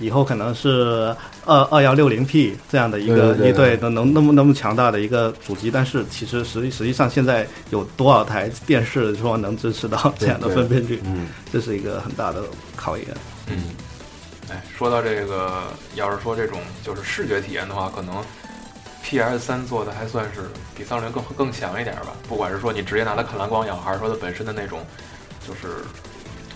S3: 以后可能是二二幺六零 P 这样的一个
S2: 对对对
S3: 一对能能那么那么强大的一个主机，但是其实实际实际上现在有多少台电视说能支持到这样的
S2: 对
S3: 分辨率，
S2: 嗯，
S3: 这是一个很大的考验。
S1: 嗯，哎，说到这个，要是说这种就是视觉体验的话，可能 PS 三做的还算是比三六零更更强一点吧。不管是说你直接拿它看蓝光也好，还是说它本身的那种就是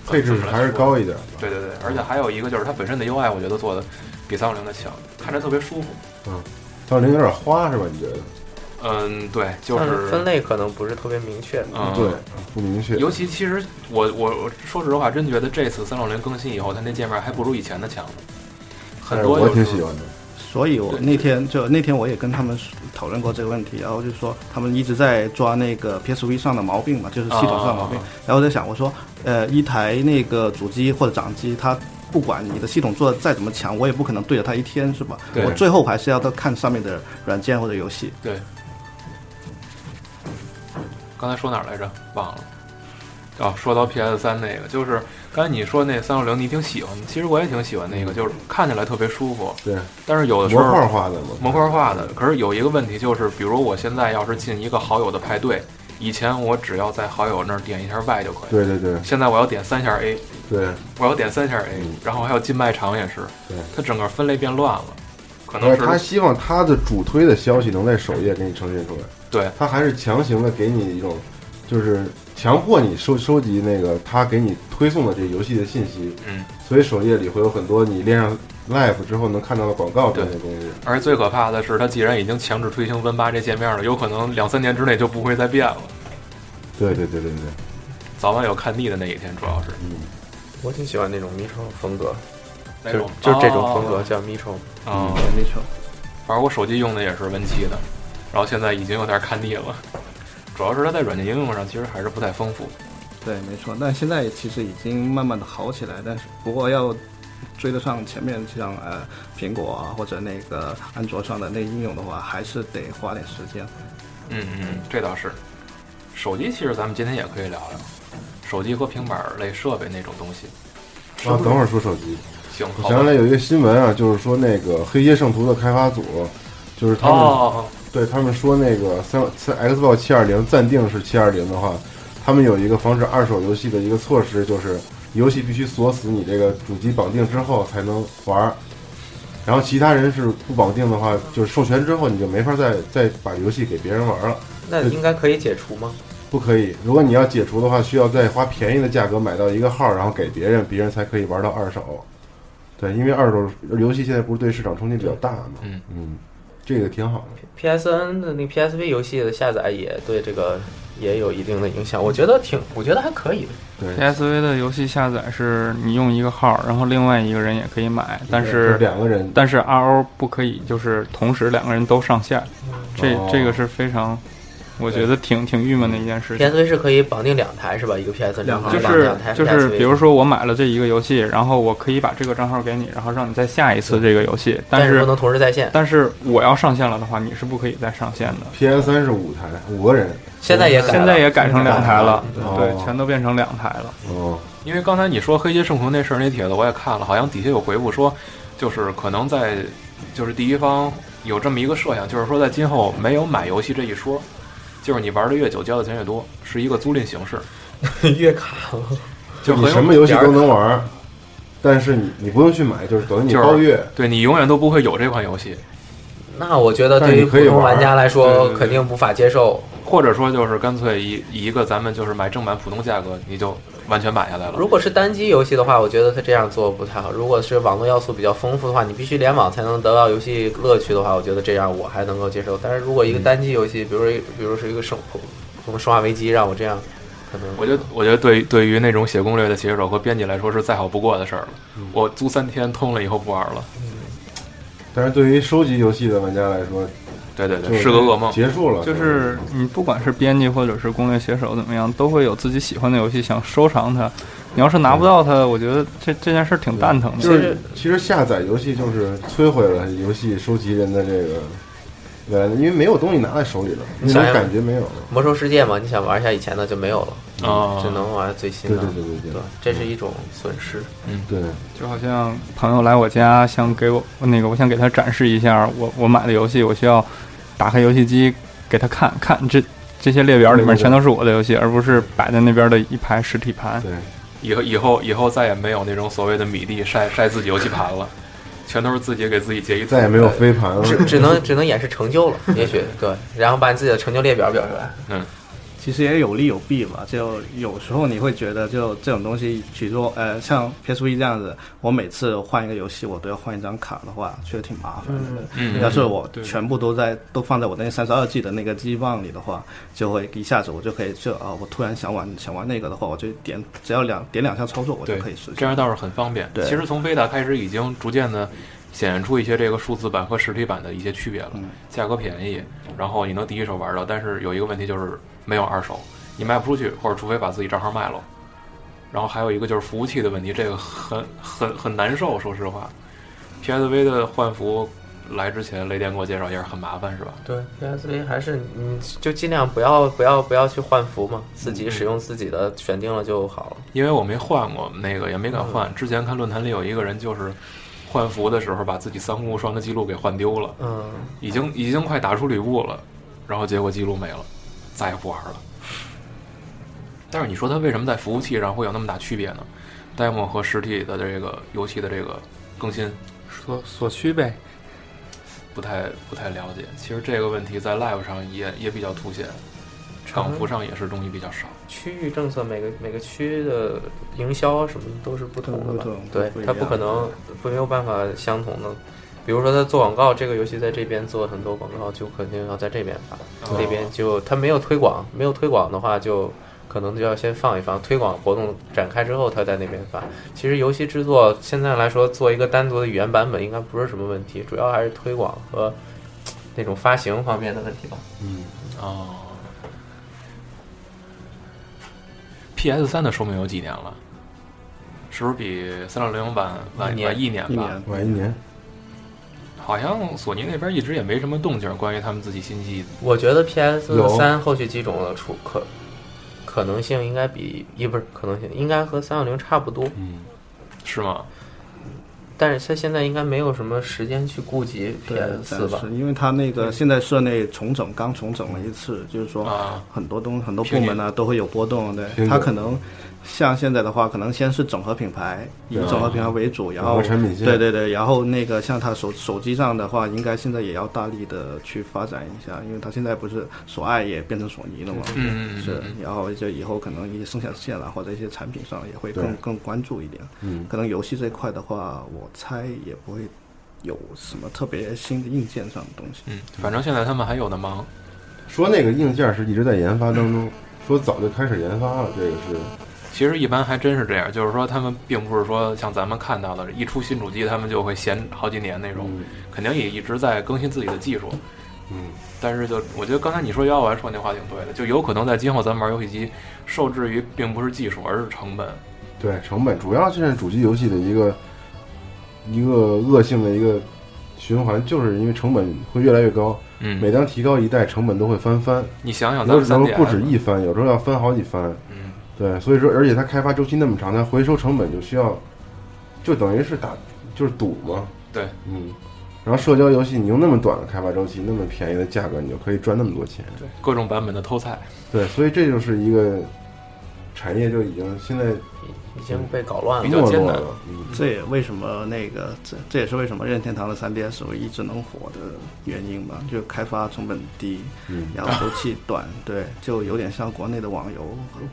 S2: 配置还是。高一点吧。
S1: 对对对，而且还有一个就是它本身的 UI，我觉得做的比三六零的强，看着特别舒服。
S2: 到零有点花是吧？你觉得？
S1: 嗯，对，就
S4: 但
S1: 是
S4: 分类可能不是特别明确。
S1: 嗯，
S2: 对，不明确。
S1: 尤其其实我我我说实话，真觉得这次三六零更新以后，它那界面还不如以前的强呢。很多
S2: 但是我
S1: 就是
S2: 挺喜欢的。
S3: 所以我
S1: 对
S3: 那天就那天我也跟他们讨论过这个问题，然后就说他们一直在抓那个 PSV 上的毛病嘛，就是系统上的毛病。
S1: 啊
S3: 然后我在想，我说，呃，一台那个主机或者掌机，它不管你的系统做的再怎么强，我也不可能对着它一天是吧？
S1: 对
S3: 我最后还是要到看上面的软件或者游戏。
S1: 对。刚才说哪儿来着？忘了。哦，说到 PS 三那个，就是刚才你说那三六零，你挺喜欢的，其实我也挺喜欢那个，就是看起来特别舒服，
S2: 嗯对，
S1: 但是有的时
S2: 模
S1: 候
S2: 块化的嘛。
S1: 模块化的。可是有一个问题就是，比如我现在要是进一个好友的派对，以前我只要在好友那儿点一下 Y 就可以，
S2: 对对对
S1: 现在我要点三下 A，
S2: 对，
S1: 我要点三下 A，、
S2: 嗯
S1: 然后还有进卖场也是
S2: 对，
S1: 它整个分类变乱了，可能
S2: 而且他
S1: 是
S2: 希望他的主推的消息能在首页给你呈现出来。
S1: 对，
S2: 他还是强行的给你一种，就是强迫你收收集那个他给你推送的这游戏的信息。
S1: 嗯，
S2: 所以首页里会有很多你连上 Live 之后能看到的广告这类东西。
S1: 而且最可怕的是，它既然已经强制推行 Win 八这界面了，有可能两三年之内就不会再变了，
S2: 对对对对对，
S1: 早晚有看腻的那一天，主要是
S2: 嗯，
S4: 我挺喜欢那种 Mitro 风格，
S1: 那
S4: 就
S1: 种
S4: 就是这种风格
S1: 哦
S4: 叫 Mitro。
S1: 嗯，
S3: 没错。
S1: 反正我手机用的也是 Win 七的，然后现在已经有点看腻了， 主要是它在软件应用上其实还是不太丰富。
S3: 对，没错。但现在其实已经慢慢的好起来，但是不过要追得上前面像呃苹果啊或者那个安卓上的那应用的话，还是得花点时间。
S1: 嗯嗯，这倒是。手机其实咱们今天也可以聊聊，手机和平板儿类设备那种东西。
S2: 啊，等会儿说手机，
S1: 行，
S2: 我
S1: 好
S2: 想
S1: 吧
S2: 起来有一个新闻啊，就是说那个《黑夜圣徒》的开发组，就是他们
S1: 哦，
S2: 对他们说那个三三 Xbox 七二零暂定是七二零的话，他们有一个防止二手游戏的一个措施，就是游戏必须锁死你这个主机绑定之后才能玩儿。然后其他人是不绑定的话，就是授权之后你就没法再再把游戏给别人玩了，
S4: 那应该可以解除吗？
S2: 不可以。如果你要解除的话，需要再花便宜的价格买到一个号，然后给别人，别人才可以玩到二手。对，因为二手游戏现在不是对市场冲击比较大嘛，
S1: 嗯
S2: 嗯，这个挺好的。
S4: PSN 的那个 PSV 游戏的下载也对这个也有一定的影响，我觉得挺，我觉得还可以的。
S2: 对，
S5: PSV 的游戏下载是你用一个号，然后另外一个人也可以买，但
S2: 就是两个人
S5: 但是 RO 不可以就是同时两个人都上线，
S4: 嗯
S5: 这
S2: 哦
S5: 这个是非常，我觉得挺挺郁闷的一件事情。
S4: PSV 是可以绑定两台是吧？一个 PSN
S3: 两台
S5: 就
S4: 台，
S5: 是
S4: 两台
S5: 就是，
S4: PSV
S5: 比如说我买了这一个游戏，然后我可以把这个账号给你，然后让你再下一次这个游戏，
S4: 但
S5: 是
S4: 不能同时在线。
S5: 但是我要上线了的话，你是不可以再上线的。
S2: PS 三是五台，五个人。
S4: 现在也改了，
S5: 现在也改成两台了，
S2: 哦
S5: 对，全都变成两台了。
S2: 哦，
S1: 因为刚才你说《黑街圣徒》那事儿那帖子我也看了，好像底下有回复说，就是可能在就是第一方有这么一个设想，就是说在今后没有买游戏这一说，就是你玩的越久交的钱越多，是一个租赁形式，
S4: 月卡了。
S1: 就
S2: 你
S1: 很
S2: 什
S1: 有
S2: 么游戏都能玩儿，但是你你不用去买，就是等于你
S1: 就是
S2: 包月。
S1: 对你永远都不会有这款游戏，
S4: 那我觉得
S2: 但是
S4: 对于
S2: 你可
S4: 普
S2: 以
S4: 通
S2: 玩
S4: 玩家来
S1: 对对
S4: 说，
S1: 对
S4: 肯定无法接受。
S1: 或者说就是干脆以以一个咱们就是买正版普通价格你就完全买下来了。
S4: 如果是单机游戏的话，我觉得它这样做不太好。如果是网络要素比较丰富的话，你必须联网才能得到游戏乐趣的话，我觉得这样我还能够接受。但是如果一个单机游戏，比如说一比如是一个生什么生化危机，让我这样，可能
S1: 我觉得，我觉得对于对于那种写攻略的写手和编辑来说是再好不过的事儿了。
S2: 嗯
S1: 我租三天通了以后不玩了，
S2: 但是对于收集游戏的玩家来说，
S1: 对对
S2: 就
S1: 对，是个噩梦。
S2: 结束了。
S5: 就是你不管是编辑或者是攻略写手怎么样，都会有自己喜欢的游戏想收藏它。你要是拿不到它，我觉得这这件事儿挺蛋疼的。
S2: 就是，其实下载游戏就是摧毁了游戏收集人的这个原来的，因为没有东西拿在手里了，那种
S4: 想要
S2: 感觉没有了。
S4: 魔兽世界嘛，你想玩一下以前的就没有了，
S1: 啊
S4: 只能玩最新
S2: 对
S4: 的。
S2: 对对对
S4: 对这是一种损失。
S2: 对对，
S5: 就好像朋友来我家，想给我那个，我想给他展示一下我我买的游戏，我需要打开游戏机给他看看这这些列表里面全都是我的游戏，而不是摆在那边的一排实体盘。
S2: 对
S1: 以后以后以后再也没有那种所谓的米粒晒晒自己游戏盘了，全都是自己给自己截一图
S2: 再也没有飞盘了。
S4: 只只能只能演示成就了，也许对，然后把你自己的成就列表表出来。
S3: 其实也有利有弊吧，就有时候你会觉得，就这种东西，比如说呃，像 PSV 这样子，我每次换一个游戏，我都要换一张卡的话，确实挺麻烦的。
S1: 嗯
S3: 要是我全部都在都放在我那三十二 G 的那个机棒里的话，就会一下子我就可以就啊，我突然想玩想玩那个的话，我就点只要两点两下操作，我就
S1: 对
S3: 可以实现。
S1: 这样倒是很方便。
S3: 对
S1: 其实从 Beta 开始已经逐渐的显现出一些这个数字版和实体版的一些区别了，
S2: 嗯
S1: 价格便宜，然后你能第一手玩到，但是有一个问题就是没有二手，你卖不出去，或者除非把自己账号卖了。然后还有一个就是服务器的问题，这个很 很很难受，说实话。PSV 的换服来之前，雷电给我介绍也是很麻烦，是吧？
S4: 对，PSV 还是你就尽量不要不要不要去换服嘛，自己使用自己的选定了就好了。
S1: 因为我没换过那个，也没敢换。之前看论坛里有一个人就是换服的时候，把自己三国无双的记录给换丢了，
S4: 嗯，
S1: 已经已经快打出吕布了，然后结果记录没了，再也不玩了。但是你说它为什么在服务器上会有那么大区别呢？demo 和实体的这个游戏的这个更新
S5: 所所需呗，
S1: 不太不太了解。其实这个问题在 Live 上也也比较凸显，港服上也是东西比较少。
S4: 区域政策每个每个区的营销什么都是不同的吧
S3: 对不？
S4: 对
S3: 不一，样
S4: 它不可能不没有办法相同的。比如说，它做广告，这个游戏在这边做很多广告，就肯定要在这边发，那边就它没有推广，没有推广的话就。可能就要先放一放，推广活动展开之后，它在那边发。其实游戏制作现在来说，做一个单独的语言版本应该不是什么问题，主要还是推广和那种发行方面的问题吧。
S2: 嗯
S1: 哦。PS 三的寿命有几年了？是不是比三六零版晚
S4: 一年
S1: 晚一年吧？
S3: 一年
S2: 晚一年，
S1: 好像索尼那边一直也没什么动静，关于他们自己新机。
S4: 我觉得 PS
S2: 有
S4: 三后续机种的出可可能性应该比也不是可能性，应该和三六零差不多，
S1: 嗯，是吗？
S4: 但是它现在应该没有什么时间去顾及
S3: 对
S4: PS 四
S3: 但
S4: 吧
S3: 是？因为它那
S2: 嗯
S3: 个现在社内重整刚重整了一次，就是说
S1: 啊
S3: 很多东很多部门呢都会有波动，对
S2: 平
S3: 它
S2: 整
S3: 可能。像现在的话，可能先是整合品牌，以
S2: 对啊
S3: 整合品牌为主，然
S2: 整
S3: 后
S2: 合产品线
S3: 对对对，然后那个像它手手机上的话，应该现在也要大力的去发展一下，因为它现在不是索爱也变成索尼了嘛，
S1: 嗯嗯嗯
S3: 是，然后就以后可能一些生产线啊或者一些产品上也会更
S2: 对
S3: 更关注一点，
S2: 嗯，
S3: 可能游戏这块的话，我猜也不会有什么特别新的硬件上的东西。
S1: 嗯，反正现在他们还有的忙。
S2: 说那个硬件是一直在研发当中，说早就开始研发了，这个是
S1: 其实一般还真是这样，就是说他们并不是说像咱们看到的，一出新主机他们就会闲好几年那种，
S2: 嗯
S1: 肯定也一直在更新自己的技术。
S2: 嗯，
S1: 但是就我觉得刚才你说幺幺玩说那话挺对的，就有可能在今后咱们玩游戏机受制于并不是技术，而是成本。
S2: 对成本，主要就是主机游戏的一个一个恶性的一个循环，就是因为成本会越来越高，每
S1: 嗯，
S2: 当提高一代，成本都会翻番，
S1: 你想想咱
S2: 有
S1: 们
S2: 时候
S1: 三 D
S2: 不止一番，有时候要翻好几番。
S1: 嗯，
S2: 对，所以说，而且它开发周期那么长，它回收成本就需要，就等于是打就是赌嘛。
S1: 对，
S2: 嗯。然后社交游戏，你用那么短的开发周期，那么便宜的价格，你就可以赚那么多钱。
S1: 对，各种版本的偷菜。
S2: 对，所以这就是一个产业就已经现在
S4: 已经被搞乱
S1: 比
S4: 了。
S1: 较
S2: 没
S1: 艰
S2: 落
S1: 难
S2: 了。嗯，
S3: 这也为什么那个这这也是为什么任天堂的 3DS 会一直能火的原因吧，就开发成本低，
S1: 嗯
S2: 嗯
S3: 然后周期 短，对，就有点像国内的网游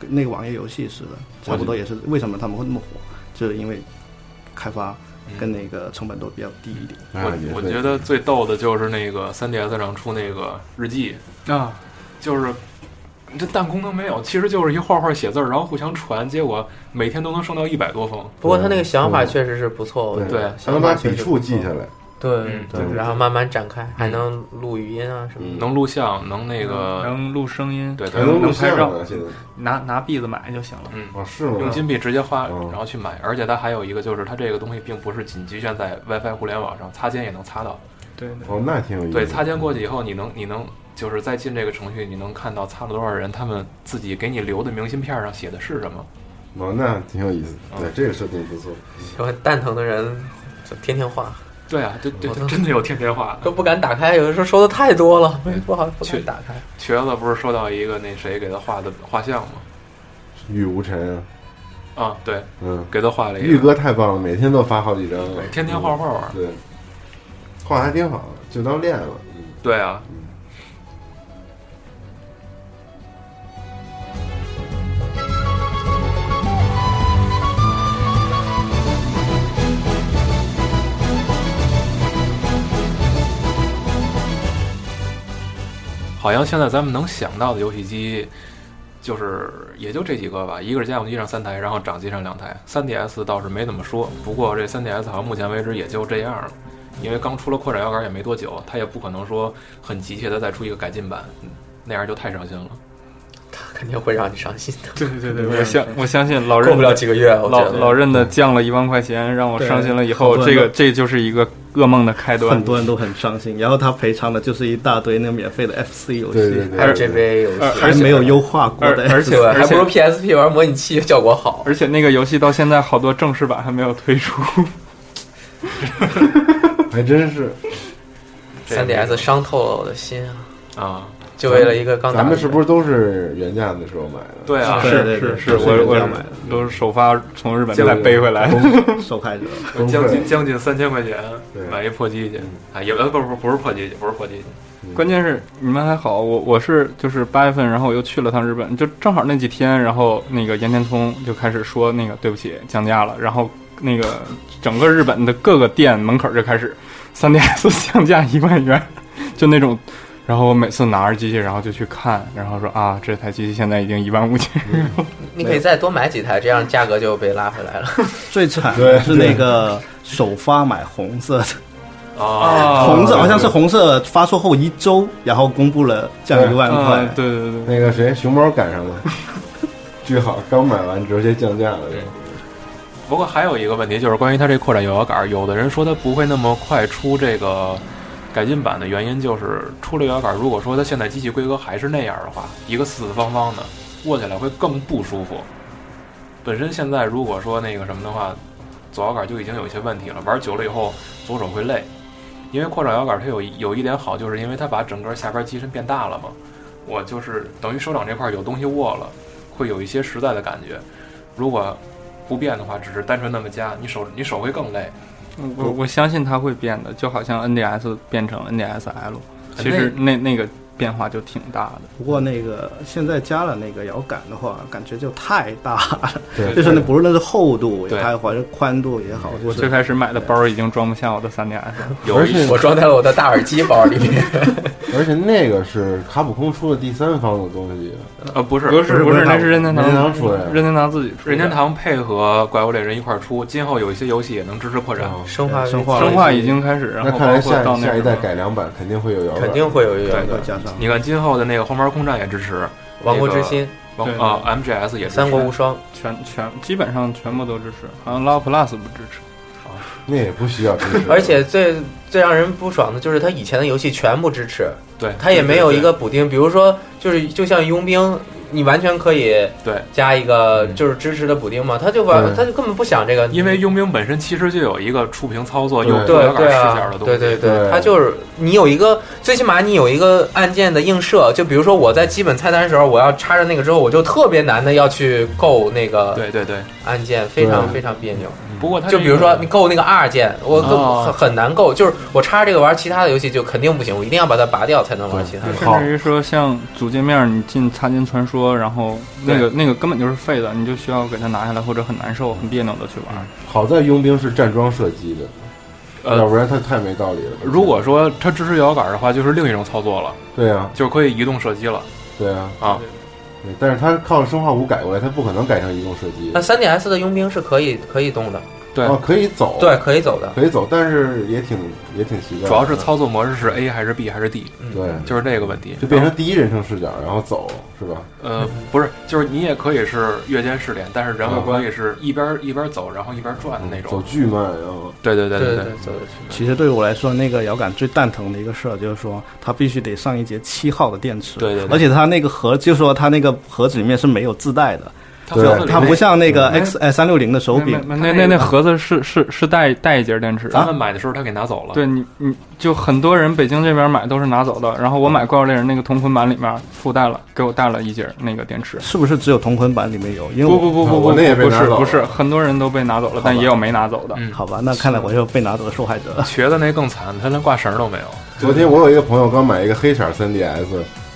S3: 那个网页游戏似的，差不多也是为什么他们会那么火，就是因为开发跟那个成本都比较低一点。
S2: 哎呀也
S1: 我嗯我
S2: 对
S1: 觉得最逗的就是那个 3DS 上出那个日记，
S5: 啊，
S1: 就是你这弹功能没有，其实就是一画画写字儿，然后互相传，结果每天都能收到一百多封。
S4: 不过他那个想法确实是不错，我觉
S1: 对
S4: 得
S2: 还能
S4: 想
S2: 把
S4: 法确
S2: 笔
S4: 实
S2: 触
S4: 不错
S2: 记下来。
S4: 对
S1: 嗯
S4: 对，
S2: 对
S4: 然后慢慢展开，还能录语音啊什
S3: 嗯
S4: 么的。
S1: 能录像，能那个，
S5: 能录声音，
S1: 对，它
S2: 还能录
S5: 能拍
S2: 像
S5: 照
S2: 呢，现在
S5: 拿拿币子买就行了。
S1: 嗯，
S2: 嗯哦，是吗？
S1: 用金币直接花，
S2: 嗯
S1: 然后去买。而且它还有一个就是，它这个东西并不是仅局限在 WiFi 互联网上，擦肩也能擦到，
S5: 对对
S2: 哦，那挺有意思。
S1: 对，擦肩过去以后，你能你能就是再进这个程序，你能看到擦了多少人，他们自己给你留的明信片上写的是什么。
S2: 哦，那挺有意思。对，这个设定不错。
S4: 然后蛋疼的人就天天画，
S1: 对啊，对对
S4: 我都，
S1: 真的有天天话。
S4: 都不敢打开，有的时候收的太多了，不好不
S1: 去
S4: 敢打开。
S1: 瘸子不是收到一个那谁给他画的画像吗？
S2: 玉无尘啊，
S1: 啊，对，
S2: 嗯，
S1: 给他画了一个
S2: 玉哥嗯太棒了，每天都发好几张了，
S1: 哎天天画画玩儿。
S2: 对，画的还挺好，就当练了。嗯
S1: 对啊，好像现在咱们能想到的游戏机，就是也就这几个吧。一个是家用机上三台，然后掌机上两台。3DS 倒是没怎么说，不过这 3DS 好像目前为止也就这样了，因为刚出了扩展摇杆也没多久，它也不可能说很急切的再出一个改进版，嗯那样就太伤心了。
S4: 他肯定会让你伤心的，
S5: 对对对对，我相我相信老任
S4: 过不了几个月，我觉
S5: 老
S4: 得
S5: 老任的降了一万块钱，让我伤心了以
S3: 好
S5: 后，
S3: 多
S5: 这
S3: 人
S5: 个这就是一个噩梦的开端
S3: 很。多人都很伤心。然后他赔偿的就是一大堆那免费的 FC 游戏，
S2: 对对对，
S4: 还有 GBA 游戏，
S3: 还没有优化过的
S5: 而而且
S4: 对吧？还
S5: 而
S4: 不如
S5: 且
S4: PSP 玩模拟器效果好。
S5: 而且那个游戏到现在好多正式版还没有推出。
S2: 还真是。
S1: 这个
S4: 3DS 伤透了我的心啊！
S1: 啊，
S4: 就为了一个刚打
S2: 咱们是不
S4: 是
S2: 是都是原价的时候买的？
S1: 对啊，
S3: 对
S5: 是
S3: 对
S5: 是是，
S3: 都是
S5: 我
S3: 原价买的
S5: 我都是首发从日本
S2: 对，
S5: 再背回来。
S2: 公
S3: 受害者。
S2: 公
S1: 将
S2: 会
S1: 近将近三千块钱
S2: 对
S1: 买一破机去啊，也呃不不不是破机器，不是破机器，
S5: 关键是你们还好，我我是就是八月份，然后我又去了趟日本，就正好那几天，然后那个岩田聪就开始说那个对不起降价了，然后那个整个日本的各个店门口就开始 3DS 降价一万元， 就那种。然后我每次拿着机器，然后就去看，然后说啊，这台机器现在已经一万五千。
S4: 你可以再多买几台，这样价格就被拉回来了。
S3: 最惨
S2: 对
S3: 的是那个首发买红色的，
S1: 啊，
S3: 红色好像是红色发售后一周，然后公布了降一万
S5: 嗯，
S3: 块。
S5: 对对对，
S2: 那个谁，熊猫赶上了，巨好，刚买完直接降价了。
S1: 不过还有一个问题，就是关于它这扩展摇摇杆儿，有的人说它不会那么快出这个改进版的原因，就是出这个摇摇杆儿，如果说它现在机器规格还是那样的话，一个四四方方的，握起来会更不舒服。本身现在如果说那个什么的话，左摇杆儿就已经有一些问题了，玩久了以后左手会累。因为扩展摇杆儿它有一有一点好，就是因为它把整个下边机身变大了嘛，我就是等于手掌这块儿有东西握了，会有一些实在的感觉。如果不变的话，只是单纯那么加，你手你手会 更累。
S5: 我我相信它会变的，就好像 NDS 变成 NDSL，其实那那个变化就挺大的。
S3: 不过那个现在加了那个摇杆的话，感觉就太大了，
S2: 对
S3: 就是那不论那是厚度
S1: 对
S3: 也好，或者宽度也好，就
S5: 我最
S3: 是
S5: 开始买的包已经装不下我的 3DS 了。
S1: 有
S2: 而
S1: 一
S2: 且
S4: 我装在了我的大耳机包里 面，
S2: 而且那个是卡普空出的第三方的东西，啊
S1: 呃不是，
S5: 不是
S3: 不
S5: 不
S3: 是
S5: 是，那是任
S2: 任
S5: 天
S2: 天
S5: 堂
S2: 堂出的
S5: 任天堂自己出的。
S1: 任天堂配合怪物猎人一块儿出，今后有一些游戏也能支持扩展。
S2: 哦
S4: 生化
S3: 生化
S5: 生化已经开始，然
S2: 那
S5: 后
S2: 看来
S5: 包括
S2: 下
S5: 到那
S2: 下一
S5: 什
S2: 代
S5: 么
S2: 改良版肯定会有摇杆，
S4: 肯定会有一个
S1: 对
S3: 会加上。
S1: 你看今后的那个荒蛮空战也支持，
S4: 王国之心、
S1: 王
S5: 对
S1: 啊 MGS 也支持
S4: 三国无双，
S5: 全全基本上全部都支持，好像 Love Plus 不支持。
S2: 那也不需要支持。
S4: 而且最最让人不爽的就是他以前的游戏全部支持，
S1: 对，
S4: 他也没有一
S1: 对
S4: 个补丁，比如说就是就像佣兵，你完全可以
S1: 对
S4: 加一个
S2: 嗯
S4: 就是支持的补丁嘛，他就完
S2: 对
S4: 他就根本不想这个，
S1: 因为佣兵本身其实就有一个触屏操作
S2: 对
S1: 有左
S4: 对
S1: 摇杆
S4: 对
S1: 视角
S4: 啊
S1: 的，东
S4: 对
S1: 西，
S4: 对
S2: 对
S4: 他就是你有一个最起码你有一个按键的映射，就比如说我在基本菜单的时候，我要插上那个之后，我就特别难的要去够那个
S1: 对对对
S4: 按键，非常
S2: 对
S4: 非常别扭。
S1: 不过他
S4: 嗯就比如说你够那个 R 键，我够
S1: 哦
S4: 很很难够，就是我插着这个玩其他的游戏就肯定不行，我一定要把它拔掉才能玩其他的。
S2: 好
S5: 甚至于说像主界面，你进擦肩传说，然后那个那个根本就是废的，你就需要给它拿下来，或者很难受、很别扭的去玩。
S2: 好在佣兵是站桩射击的，
S1: 呃
S2: 要不然它太没道理了。
S1: 如果说它支持摇杆的话，就是另一种操作了，
S2: 对啊，
S1: 就是可以移动射击了
S2: 对啊，
S1: 啊。
S2: 对但是它靠生化五改过来，它不可能改成移动射击
S4: 那。3DS 的佣兵是可以可以动的，
S1: 对
S2: 哦，可以走，
S4: 对，，可以走的。
S2: 可以走，但是也挺也挺奇怪的，
S1: 主要是操作模式是 A 还是 B 还是 D，
S2: 对，
S4: 嗯
S1: 就是这个问题。
S2: 就变成第一人称视角，然后走是吧？
S1: 呃，不是，就是你也可以是月间试点，但是人
S2: 啊
S1: 物可以是一边一边走，然后一边转的那
S2: 走
S1: 种。
S2: 巨慢，然后
S1: 嗯对对对
S4: 对
S1: 对，
S4: 走的是
S3: 其实对我来说，那个摇杆最蛋疼的一个事儿就是说，它必须得上一节七号的电池，
S1: 对对对
S3: 而且它那个盒，就是说它那个盒子里面是没有自带的，
S1: 它
S2: 对
S1: 盒子里
S3: 它不
S1: 面
S3: 像那个
S5: 嗯
S3: X 呃三六零的手柄，
S5: 那那那那盒子是是是带带一节电池的，
S2: 啊
S1: 咱们买的时候他给拿走了。
S5: 对你你就很多人北京这边买都是拿走的，然后我买
S2: 嗯
S5: 《怪物猎人》那个同捆版里面附带了，给我带了一节那个电池。
S3: 是不是只有同捆版里面有？因为
S5: 不
S3: 我
S5: 不不
S2: 啊
S5: 不
S2: 我
S5: 不，
S2: 那也被
S5: 不
S2: 拿
S5: 是
S2: 走了
S5: 不是，很多人都被拿走了，但也有没拿走的。
S1: 嗯
S3: 好吧，那看来我又被拿走的受害者了。
S1: 瘸子那更惨，他连挂绳都没有。
S2: 昨天我有一个朋友刚买一个黑色 3DS，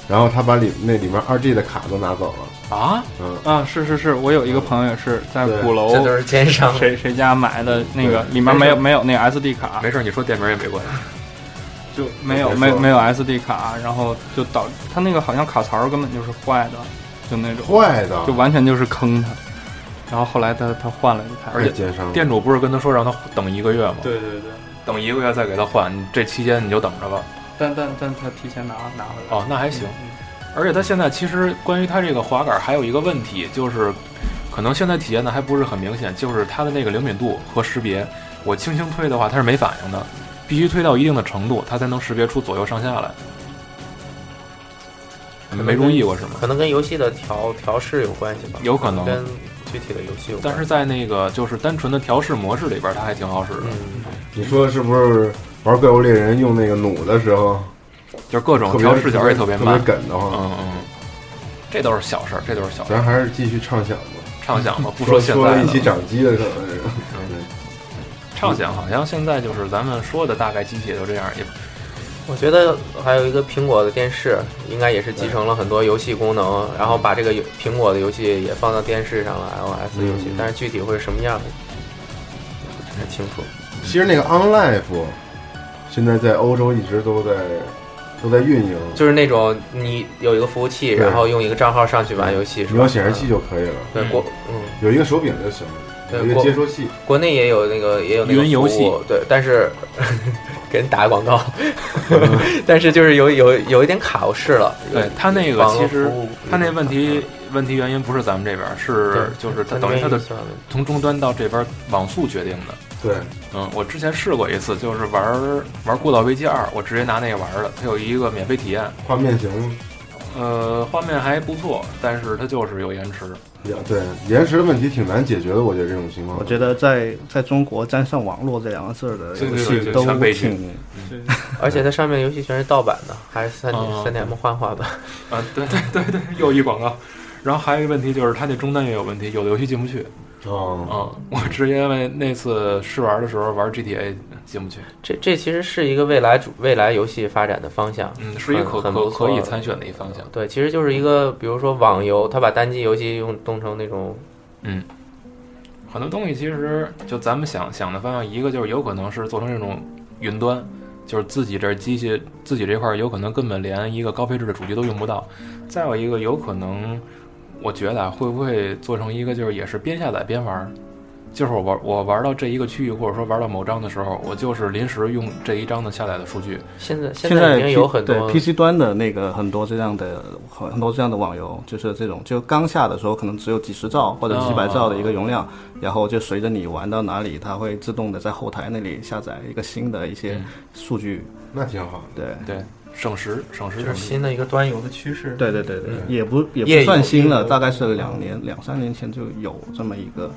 S2: 然后他把里那里面 2G 的卡都拿走了，
S1: 啊，
S2: 嗯，
S5: 啊，是是是，我有一个朋友也是在
S2: 对
S5: 鼓
S1: 哦
S5: 楼
S4: 这都是奸商。
S5: 谁谁家买的那个，里面没有没有那个 SD 卡，
S1: 没事，你说店名也没关系。
S5: 就没有
S2: 没
S5: 没
S2: 错
S5: 没有 SD 卡，然后就导他那个好像卡槽根本就是坏的，就那种
S2: 坏的，
S5: 就完全就是坑他。然后后来他他换了一台，
S2: 而且奸商，
S1: 店主不是跟他说让他等一个月吗？，
S5: 对对对，
S1: 等一个月再给他换，你这期间你就等着吧。
S5: 但但但他提前拿拿回来
S1: 哦，那还行。
S5: 嗯
S1: 而且它现在其实关于它这个滑杆还有一个问题，就是可能现在体验的还不是很明显，就是它的那个灵敏度和识别，我轻轻推的话它是没反应的，必须推到一定的程度，它才能识别出左右上下来。你们没注意过是吗？
S4: 可能跟游戏的调调试有关系吧，
S1: 有可能
S4: 跟具体的游戏有关
S1: 但
S4: 系。
S1: 是在那个就是单纯的调试模式里边，它还挺好使的，
S4: 嗯，
S2: 你说是不是玩怪物猎人用那个弩的时候，
S1: 就是各种
S2: 特别
S1: 调视角也特别慢。
S2: 特别梗的
S1: 嗯
S2: 慌？
S1: 嗯，嗯这都是小事儿，这都是小事儿。
S2: 咱还是继续畅想吧，
S1: 畅想吧，不
S2: 说
S1: 现
S2: 说
S1: 在嗯
S2: 一起
S1: 的。
S2: 掌机的可能是，对
S1: 畅想好像现在就是咱们说的大概机器也就这样，也
S4: 我觉得还有一个苹果的电视，应该也是集成了很多游戏功能，然后把这个游苹果的游戏也放到电视上了，iOS
S2: 嗯
S4: 游戏，但是具体会是什么样，不太清楚。
S2: 其实那个 OnLife 现在在欧洲一直都在都在运营，
S4: 就是那种你有一个服务器，
S2: 对
S4: 然后用一个账号上去玩游戏，是吧
S2: 你有显示器就可以了，
S4: 对
S1: 嗯
S4: 国嗯。
S2: 有一个手柄就行了，
S4: 对
S2: 有一个
S4: 国
S2: 接收器。
S4: 国内也有那个也有那个
S1: 云游
S4: 服务，对，但是 给人打个广告，
S2: 嗯
S4: 但是就是有有有一点卡，我试了。
S1: 对他那个
S4: 网络
S1: 其实
S4: 服务
S1: 他那
S4: 嗯
S1: 问题问题原因不是咱们这边儿，是
S4: 对
S1: 就是他
S4: 它
S1: 等于他的
S4: 算了
S1: 从终端到这边儿网速决定的。
S2: 对，
S1: 嗯，我之前试过一次，就是玩儿玩《孤岛危机二》，我直接拿那个玩儿的，它有一个免费体验，
S2: 画面型
S1: 呃，画面还不错，但是它就是有延迟。
S2: 也对延迟的问题挺难解决的，我觉得这种情况。
S3: 我觉得在在中国沾上网络这两个字儿的游
S1: 对对
S3: 戏
S1: 对
S3: 都
S1: 全被拒
S3: 挺
S4: 而且它上面游戏全是盗版的，还是三
S1: 哦
S4: 三 D M 幻化版。
S1: 啊，对 对对对，又一广告。然后还有一个问题就是它那终端也有问题，有的游戏进不去。
S2: 哦，
S1: 嗯，我直接为那次试玩的时候玩 GTA 进不去。
S4: 这这其实是一个未来主未来游戏发展的方向。
S1: 嗯，是一个可
S4: 很很
S1: 可
S4: 不错
S1: 可以参选的一方向。
S4: 对，其实就是一
S3: 嗯
S4: 个，比如说网游，它把单机游戏用弄成那种，
S1: 很多东西其实就咱们想想的方向，一个就是有可能是做成这种云端，就是自己这机器自己这块儿有可能根本连一个高配置的主机都用不到。再有一个有可能，我觉得啊，会不会做成一个就是也是边下载边玩儿，就是我玩我玩到这一个区域或者说玩到某章的时候，我就是临时用这一章的下载的数据。
S4: 现在
S3: 现
S4: 在
S3: 在
S4: 已经
S3: P-
S4: 有很多
S3: 对 PC 端的那个很多这样的很多这样的网游，就是这种就刚下的时候可能只有几十兆或者几
S4: 哦
S3: 百兆的一个容量，然后就随着你玩到哪里，它会自动的在后台那里下载一个新的一些
S1: 嗯
S3: 数据。
S2: 那挺好。
S3: 对
S1: 对，省时省时
S4: 就
S1: 省
S4: 是
S1: 力。
S4: 新的一个端游的趋势。
S3: 对对对对，也不也
S4: 夜
S3: 不
S4: 游
S3: 算新了，
S4: 夜游
S3: 大概是两年两三年前就有这么一个，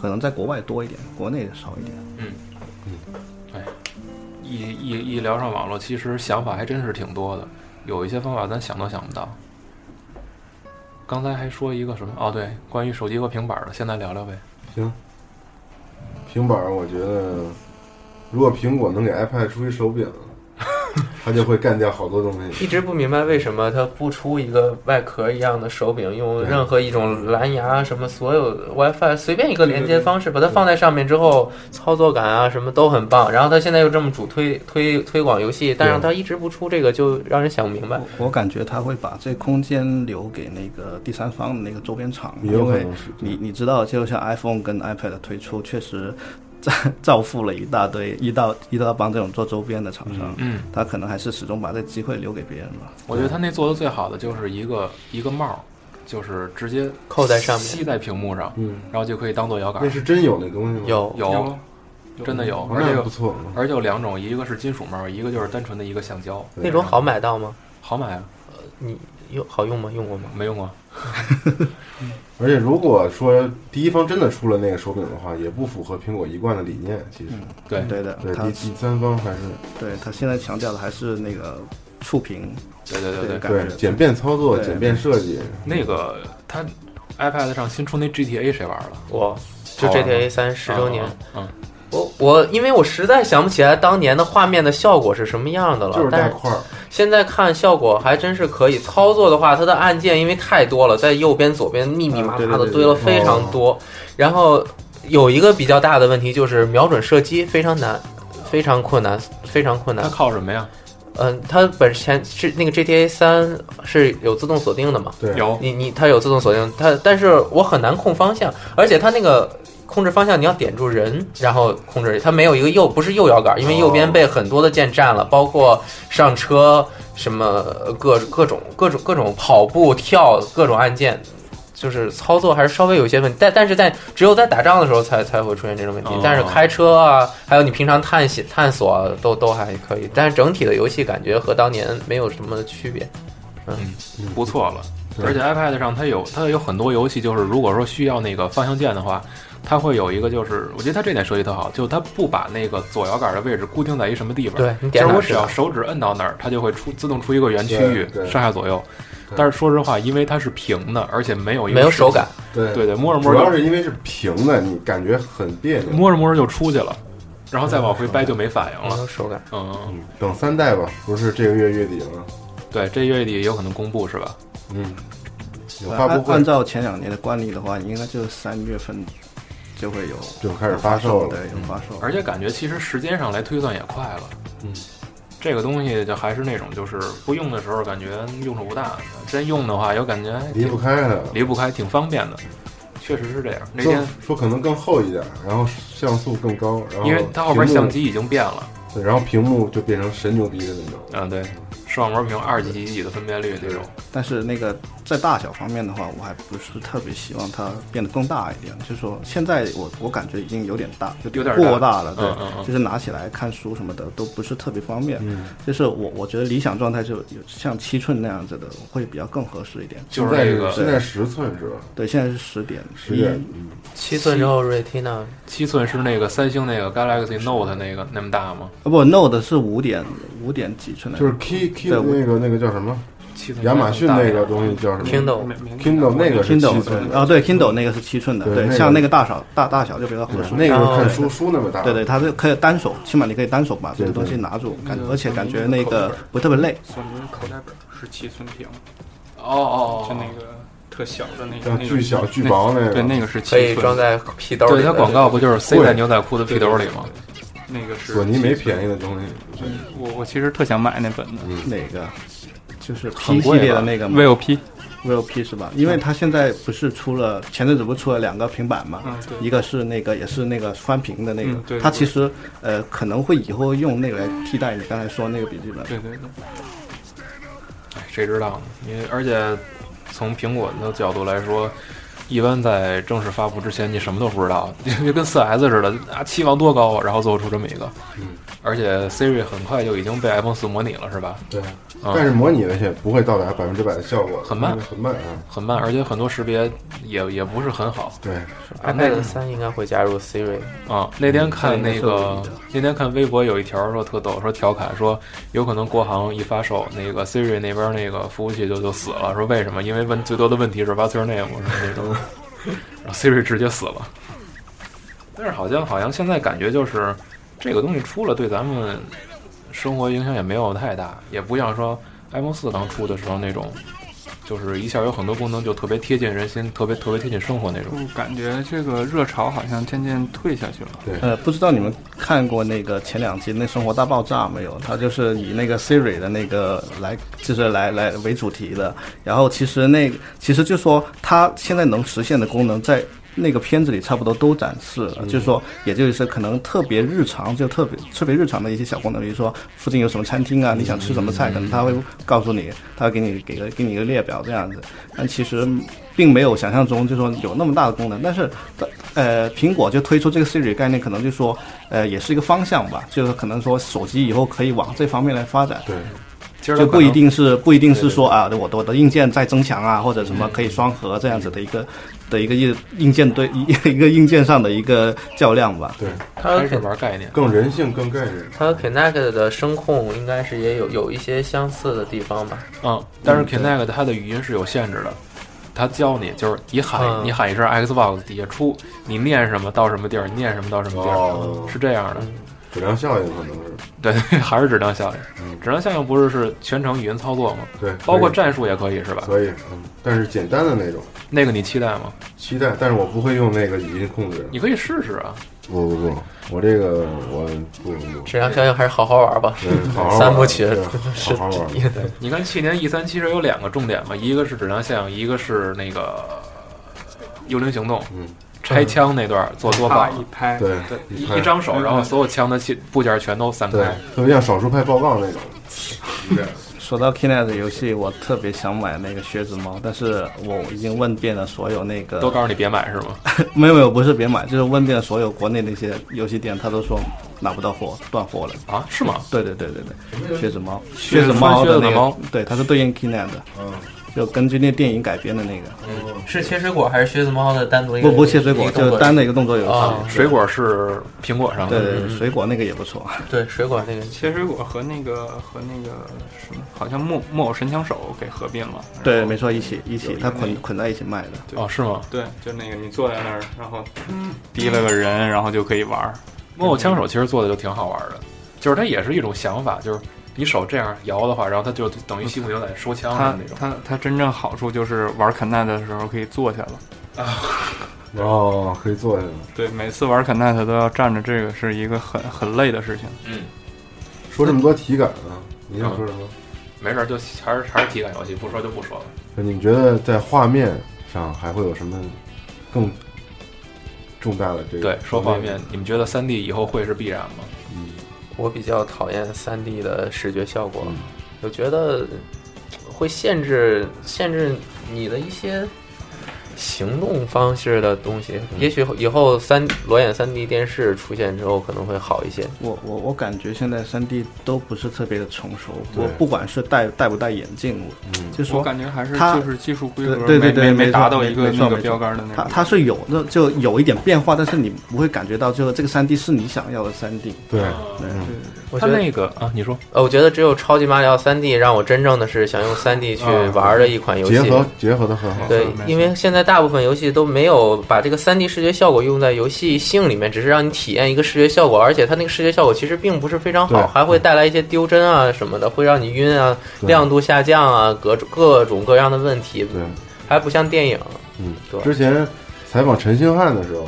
S3: 可能在国外多一点，国内少一点。
S1: 一一一聊上网络，其实想法还真是挺多的，有一些方法咱想都想不到。刚才还说一个什么？哦，对，关于手机和平板儿的，现在聊聊呗。
S2: 平板儿，我觉得如果苹果能给 iPad 出一手柄，它就会干掉好多东西。
S4: 一直不明白为什么它不出一个外壳一样的手柄，用
S2: 对
S4: 任何一种蓝牙什么所有 WiFi 随便一个连接方式，把它放在上面之后，操作感啊什么都很棒。然后它现在又这么主推推推广游戏，但是它一直不出这个，就让人想不明白。
S3: 我我感觉他会把这空间留给那个第三方的那个周边厂，
S2: 也有
S3: 因
S2: 可
S3: 为
S2: 能是
S3: 你你知道，就像 iPhone 跟 iPad 的推出，确实 造付了一大堆一大一大帮这种做周边的厂商，
S1: 嗯，
S3: 他可能还是始终把这机会留给别人吧。
S1: 我觉得他那做的最好的就是一个一个帽儿，就是直接
S4: 扣在上面
S1: 吸在屏幕上，
S2: 嗯，
S1: 然后就可以当做摇杆
S2: 那。是真有那东西吗？
S4: 有
S1: 有，真的有，而
S2: 那
S1: 且
S2: 也
S1: 有
S2: 不错。嗯
S1: 而且有两种，一个是金属帽，一个就是单纯的一个橡胶，
S2: 对
S4: 那种好买到吗？
S1: 好买啊，
S4: 你用好用吗？用过吗？
S1: 没用过。
S2: 而且如果说第一方真的出了那个手柄的话，也不符合苹果一贯的理念。其实，
S1: 对，
S3: 对的，
S2: 对
S3: 他
S2: 第第三方还是
S3: 对他现在强调的还是那个触屏
S1: 对对
S3: 这
S1: 对
S3: 个
S1: 对，
S3: 感觉
S2: 对。简便操作、
S3: 对
S2: 简便设计，
S1: 那个它 iPad 上新出那 GTA 谁玩了？
S4: 我就
S1: 好玩吗
S4: GTA 三十周年，
S1: 嗯，嗯，
S4: 我我因为我实在想不起来当年的画面的效果是什么样的了，
S2: 就是
S4: 但
S2: 大
S4: 是
S2: 块儿。
S4: 现在看效果还真是可以。操作的话，它的按键因为太多了，在右边、左边密密麻麻
S3: 啊对
S4: 的
S3: 对对
S4: 堆了非常多。然后有一个比较大的问题就是瞄准射击非常难，非常困难，非常困
S1: 它
S4: 难。
S1: 靠什么呀？
S4: 嗯，它本身是那个 GTA 三是有自动锁定的嘛？
S2: 对，
S1: 有
S4: 你你它有自动锁定，它但是我很难控方向，而且它那个控制方向你要点住人，然后控制它没有一个右不是右摇杆，因为右
S1: 哦
S4: 边被很多的键占了，包括上车什么呃各各种各种各种跑步跳各种按键。就是操作还是稍微有一些问题，但但是在只有在打仗的时候才才会出现这种问题
S1: 哦。
S4: 但是开车啊，还有你平常探险探索啊都都还可以，但是整体的游戏感觉和当年没有什么区别。
S2: 嗯
S1: 不错了。
S2: 对
S1: 而且 iPad 上它有它有很多游戏，就是如果说需要那个方向键的话，它会有一个就是，我觉得它这点设计特好，就它不把那个左摇杆的位置固定在一什么地方，
S4: 对你
S1: 其
S4: 点
S1: 实
S4: 哪
S1: 我
S4: 儿
S1: 只
S4: 是哪
S1: 要
S4: 儿
S1: 手指摁到那儿，它就会出自动出一个圆区域
S2: 对对
S1: 上下左右。
S2: 对
S1: 但是说实话，因为它是平的，而且没有一个
S4: 没有
S1: 视
S4: 手感，
S2: 对
S1: 对对，摸着摸
S2: 主要
S1: 着
S2: 是因为是平的，你感觉很别扭。
S1: 摸着摸着就出去了，然后再往回掰就没反应
S4: 没有
S1: 了。
S4: 手感。
S1: 嗯，
S2: 嗯，等三代吧，不是这个月月底了吗？
S1: 对，这月底有可能公布是吧？
S2: 嗯，有
S3: 对
S2: 发
S3: 按
S2: 布会
S3: 按照前两年的惯例的话，应该就是三月份就会有
S2: 就开始发售
S3: 对
S2: 了。，
S3: 有发售。
S1: 而且感觉其实时间上来推算也快了。
S2: 嗯，
S1: 这个东西就还是那种，就是不用的时候感觉用处不大，真用的话又感觉哎
S2: 离不开它。
S1: 离不开，挺方便的。确实是这样。那
S2: 说
S1: 天
S2: 说可能更厚一点，然后像素更高，然后
S1: 因为它后边
S2: 屏幕
S1: 相机已经变了，
S2: 对，然后屏幕就变成神牛逼的那种。
S1: 嗯，对，视网膜屏二级几的分辨率那种。
S3: 但是那个在大小方面的话，我还不是特别希望它变得更大一点。就是说，现在我我感觉已经有点大，就
S1: 有点
S3: 过
S1: 大
S3: 大了，对，
S1: 嗯嗯嗯
S3: 就是拿起来看书什么的都不是特别方便。
S2: 嗯，
S3: 就是我我觉得理想状态就有像七寸那样子的会比较更合适一点。
S1: 就是
S2: 现在
S1: 那个
S2: 现在十寸是吧？
S3: 对，现在是十点
S2: 十
S3: 一
S2: 点，嗯
S4: 七寸之后 Retina
S1: 七寸是那个三星那个 Galaxy Note 那个那么大吗？
S3: 啊不，Note 是五点五点几寸的，
S2: 就是 Key Key
S3: 对我
S2: 那个那个叫什么？
S1: 七寸
S2: 亚马逊那个
S1: 个
S2: 东西叫什么
S4: Kindle
S2: ？Kindle 那个是七
S3: 嗯
S2: 寸
S3: Kindle 对
S2: 的，
S3: 啊，对 Kindle 那个是七寸的，
S2: 对
S3: 对
S2: 那，个
S3: 像那个大小大大小就比较合适。
S2: 那个是看书书那么大。
S3: 啊对对，它是可以单手，起码你可以单手把这
S2: 对
S3: 个东
S2: 对
S3: 西拿住，感
S2: 嗯
S5: 那个
S3: 而且感觉
S5: 那
S3: 那个
S5: 个口袋
S3: 不特别累。
S5: 索尼口袋本是七寸屏，
S1: 哦哦
S5: 就
S1: 哦
S5: 那，个特小的那个
S2: 像，
S5: 那个
S2: 巨小巨
S5: 那
S2: 薄那个。
S5: 对，那个是七
S4: 可以
S5: 寸的，
S4: 装在皮兜里
S1: 对
S4: 的。
S1: 它广告不就是塞在牛仔裤的
S5: 对
S1: 屁兜里吗？？
S5: 对对那个是
S2: 索尼没
S5: 宜。
S2: 便宜的东西，对
S5: 我我其实特想买那本的
S2: 嗯
S3: 哪个？就是 P
S1: 很
S3: 系嗯
S1: 贵
S3: 列的
S1: 吧
S3: 那个
S5: VO P，
S3: v o P 是吧？
S2: 嗯
S3: 因为它现在不是出了，前阵子不是出了两个平板嘛
S5: 嗯，对
S3: 一个是那个也是那个翻屏的那
S5: 嗯对
S3: 个，
S5: 对
S3: 它
S5: 对
S3: 其实呃可能会以后用那个来替代你刚才说那个笔记本。
S5: 对对对，
S1: 哎，谁知道呢？因为而且从苹果的角度来说，一般在正式发布之前，你什么都不知道， 就跟 4S 似的啊，期望多高，然后做出这么一个。
S2: 嗯。
S1: 而且 Siri 很快就已经被 iPhone 4模拟了，是吧？
S2: 对，
S1: 嗯
S2: 但是模拟的也不会到达百分之百的效果，
S1: 很慢
S2: 很慢啊。
S1: 很慢，而且很多识别也也不是很好
S2: 对，
S4: iPad 三应该会加入 Siri，
S1: 啊。那天看那
S3: 嗯
S1: 个
S3: 这个是唯一的，
S1: 那天看微博有一条说特逗，说调侃说有可能国行一发售，那个 Siri 那边那个服务器就就死了，说为什么？因为问最多的问题是 What's your name 什么那 种，然后 Siri 直接死了。但是好像好像现在感觉就是这个东西出了，对咱们生活影响也没有太大，也不像说 iPhone 四刚出的时候那种，就是一下有很多功能就特别贴近人心，特别特别贴近生活那种。
S5: 我感觉这个热潮好像渐渐退下去了。
S3: 呃，不知道你们看过那个前两集那《生活大爆炸》没有？它就是以那个 Siri 的那个来，就是来来为主题的。然后其实那其实就说它现在能实现的功能，在那个片子里差不多都展示了，就是说，也就是可能特别日常，就特别特别日常的一些小功能，比如说附近有什么餐厅啊，你想吃什么菜，可能他会告诉你，他会给你给个给你一个列表这样子。但其实并没有想象中就说有那么大的功能，但是呃，苹果就推出这个 Siri 概念，可能就说呃也是一个方向吧，就是可能说手机以后可以往这方面来发展。
S2: 对，
S1: 嗯其实它
S3: 就
S1: 可
S3: 不
S1: 能
S3: 一定是不一定是说啊，我的我的硬件在增强啊，或者什么可以双核这样子的一个的一个硬硬件对一一个硬件上的一个较量吧。
S2: 对，
S4: 它
S1: 开始玩概念，
S2: 更人性，更概念。
S4: 它和 Kinect 的声控应该是也有有一些相似的地方吧？
S1: 嗯，但是 Kinect 它的语音是有限制的，它教你就是你喊
S4: 嗯
S1: 你喊一声 Xbox 底下出，你念什么到什么地儿，你念什么到什么地
S2: 哦嗯
S1: 儿，是这样的。
S2: 质量效应可能是嗯
S1: 对， 还是质量效应。质量效应不是是全程语音操作吗？
S2: 对，
S1: 包括
S2: 这
S1: 战术也啊可以是吧？
S2: 可以，嗯，但是简单的那种
S1: 那个你期待吗？
S2: 期待，但是我不会用那个语音控制。
S1: 你可以试试啊。
S2: 不不不，我这个我不不不，
S4: 质量效应还是好好玩吧。
S2: 嗯好好 玩
S4: 三部曲
S2: 对
S4: 是
S2: 好好玩
S1: 你看去年 E 三其实有两个重点嘛，一个是质量效应，一个是那个幽灵行动，
S2: 嗯
S1: 拆枪那段做多
S5: 啪
S1: 棒。
S5: 一拍，
S2: 对
S1: 对，一
S2: 一拍
S1: 一张手，然后所有枪的器部件全都散
S2: 嗯对
S1: 开。，
S2: 特别像少数派报告那种。对，
S3: 说到 Kinect 的游戏，我特别想买那个靴子猫，但是我已经问遍了所有那个
S1: 都告诉你别买是吗？
S3: 没有没有不是别买，就是问遍了所有国内那些游戏店，他都说拿不到货，断货了。
S1: 啊，是吗？
S3: 对对对对对，靴子猫，
S1: 靴
S3: 靴
S1: 子
S3: 子猫
S1: 穿靴
S3: 的
S1: 子的
S3: 那
S1: 猫
S3: 个，对，它是对应 Kinect 的，
S2: 嗯，
S3: 就根据那电影改编的那个。
S4: 是切水果还是靴子猫的单独一
S3: 不不切水果，就是单
S4: 的
S3: 的一个动作游戏
S4: 啊。
S1: 水果是苹果上
S3: 对
S1: 的，
S3: 对对，水果那个也不错。
S4: 对水果那个
S5: 切水果和那个和那个什么，好像木木偶神枪手给合并了。
S3: 对，
S5: 然后
S3: 没错，一起一起
S5: 有，一
S3: 它
S5: 个
S3: 捆
S5: 那
S3: 捆在一起卖的。
S1: 哦，是吗？
S5: 对，就那个你坐在那儿，然后提了个人，然后就可以玩儿。
S1: 摸偶枪手其实做的就挺好玩的，就是它也是一种想法，就是你手这样摇的话，然后它就等于西部牛仔收枪
S5: 它
S1: 的那种。
S5: 它它真正好处就是玩肯奈特的时候可以坐下了。
S2: 然后哦可以坐下了。
S5: 对，每次玩肯奈特都要站着，这个是一个很很累的事情。
S2: 说这么多体感啊，你
S1: 嗯
S2: 想说什么？
S1: 没事儿，就还是还是体感游戏，不说就不说了。
S2: 那你们觉得在画面上还会有什么更重大的这个？
S1: 对，说画面，，你们觉得三 D 以后会是必然吗？
S4: 我比较讨厌三 D 的视觉效果，我觉得会限制限制你的一些行动方式的东西。也许以后三裸眼三 D 电视出现之后可能会好一些。
S3: 我我我感觉现在三 D 都不是特别的成熟，
S2: 对
S3: 我不管是戴戴不戴眼镜，我
S2: 嗯
S3: 就
S5: 我
S3: 说
S5: 感觉还是
S3: 它
S5: 就是技术规
S3: 对
S5: 格
S3: 对
S5: 没
S3: 对对
S5: 没
S3: 没
S5: 达
S3: 错
S5: 到
S3: 没
S5: 一个
S3: 没错
S5: 那个
S3: 没错
S5: 标杆的那
S3: 它
S5: 种。
S3: 它是有那就有一点变化，但是你不会感觉到就这个三 D 是你想要的三 D。
S2: 对，
S4: 我
S1: 它
S4: 觉得
S1: 那个啊，你说
S4: 呃，我觉得只有超级马里奥三 D 让我真正的是想用三 D 去玩的一款游戏。
S2: 结合结合的很好。
S4: 对
S5: 没错，
S4: 因为现在大部分游戏都没有把这个三 D 视觉效果用在游戏性里面，只是让你体验一个视觉效果，而且它那个视觉效果其实并不是非常
S2: 对
S4: 好，还会带来一些丢帧啊什么的，会让你晕啊、
S2: 对
S4: 亮度下降啊，各种各种各样的问题，
S2: 对，
S4: 还不像电影。
S2: 嗯
S4: 对，
S2: 之前采访陈星汉的时候，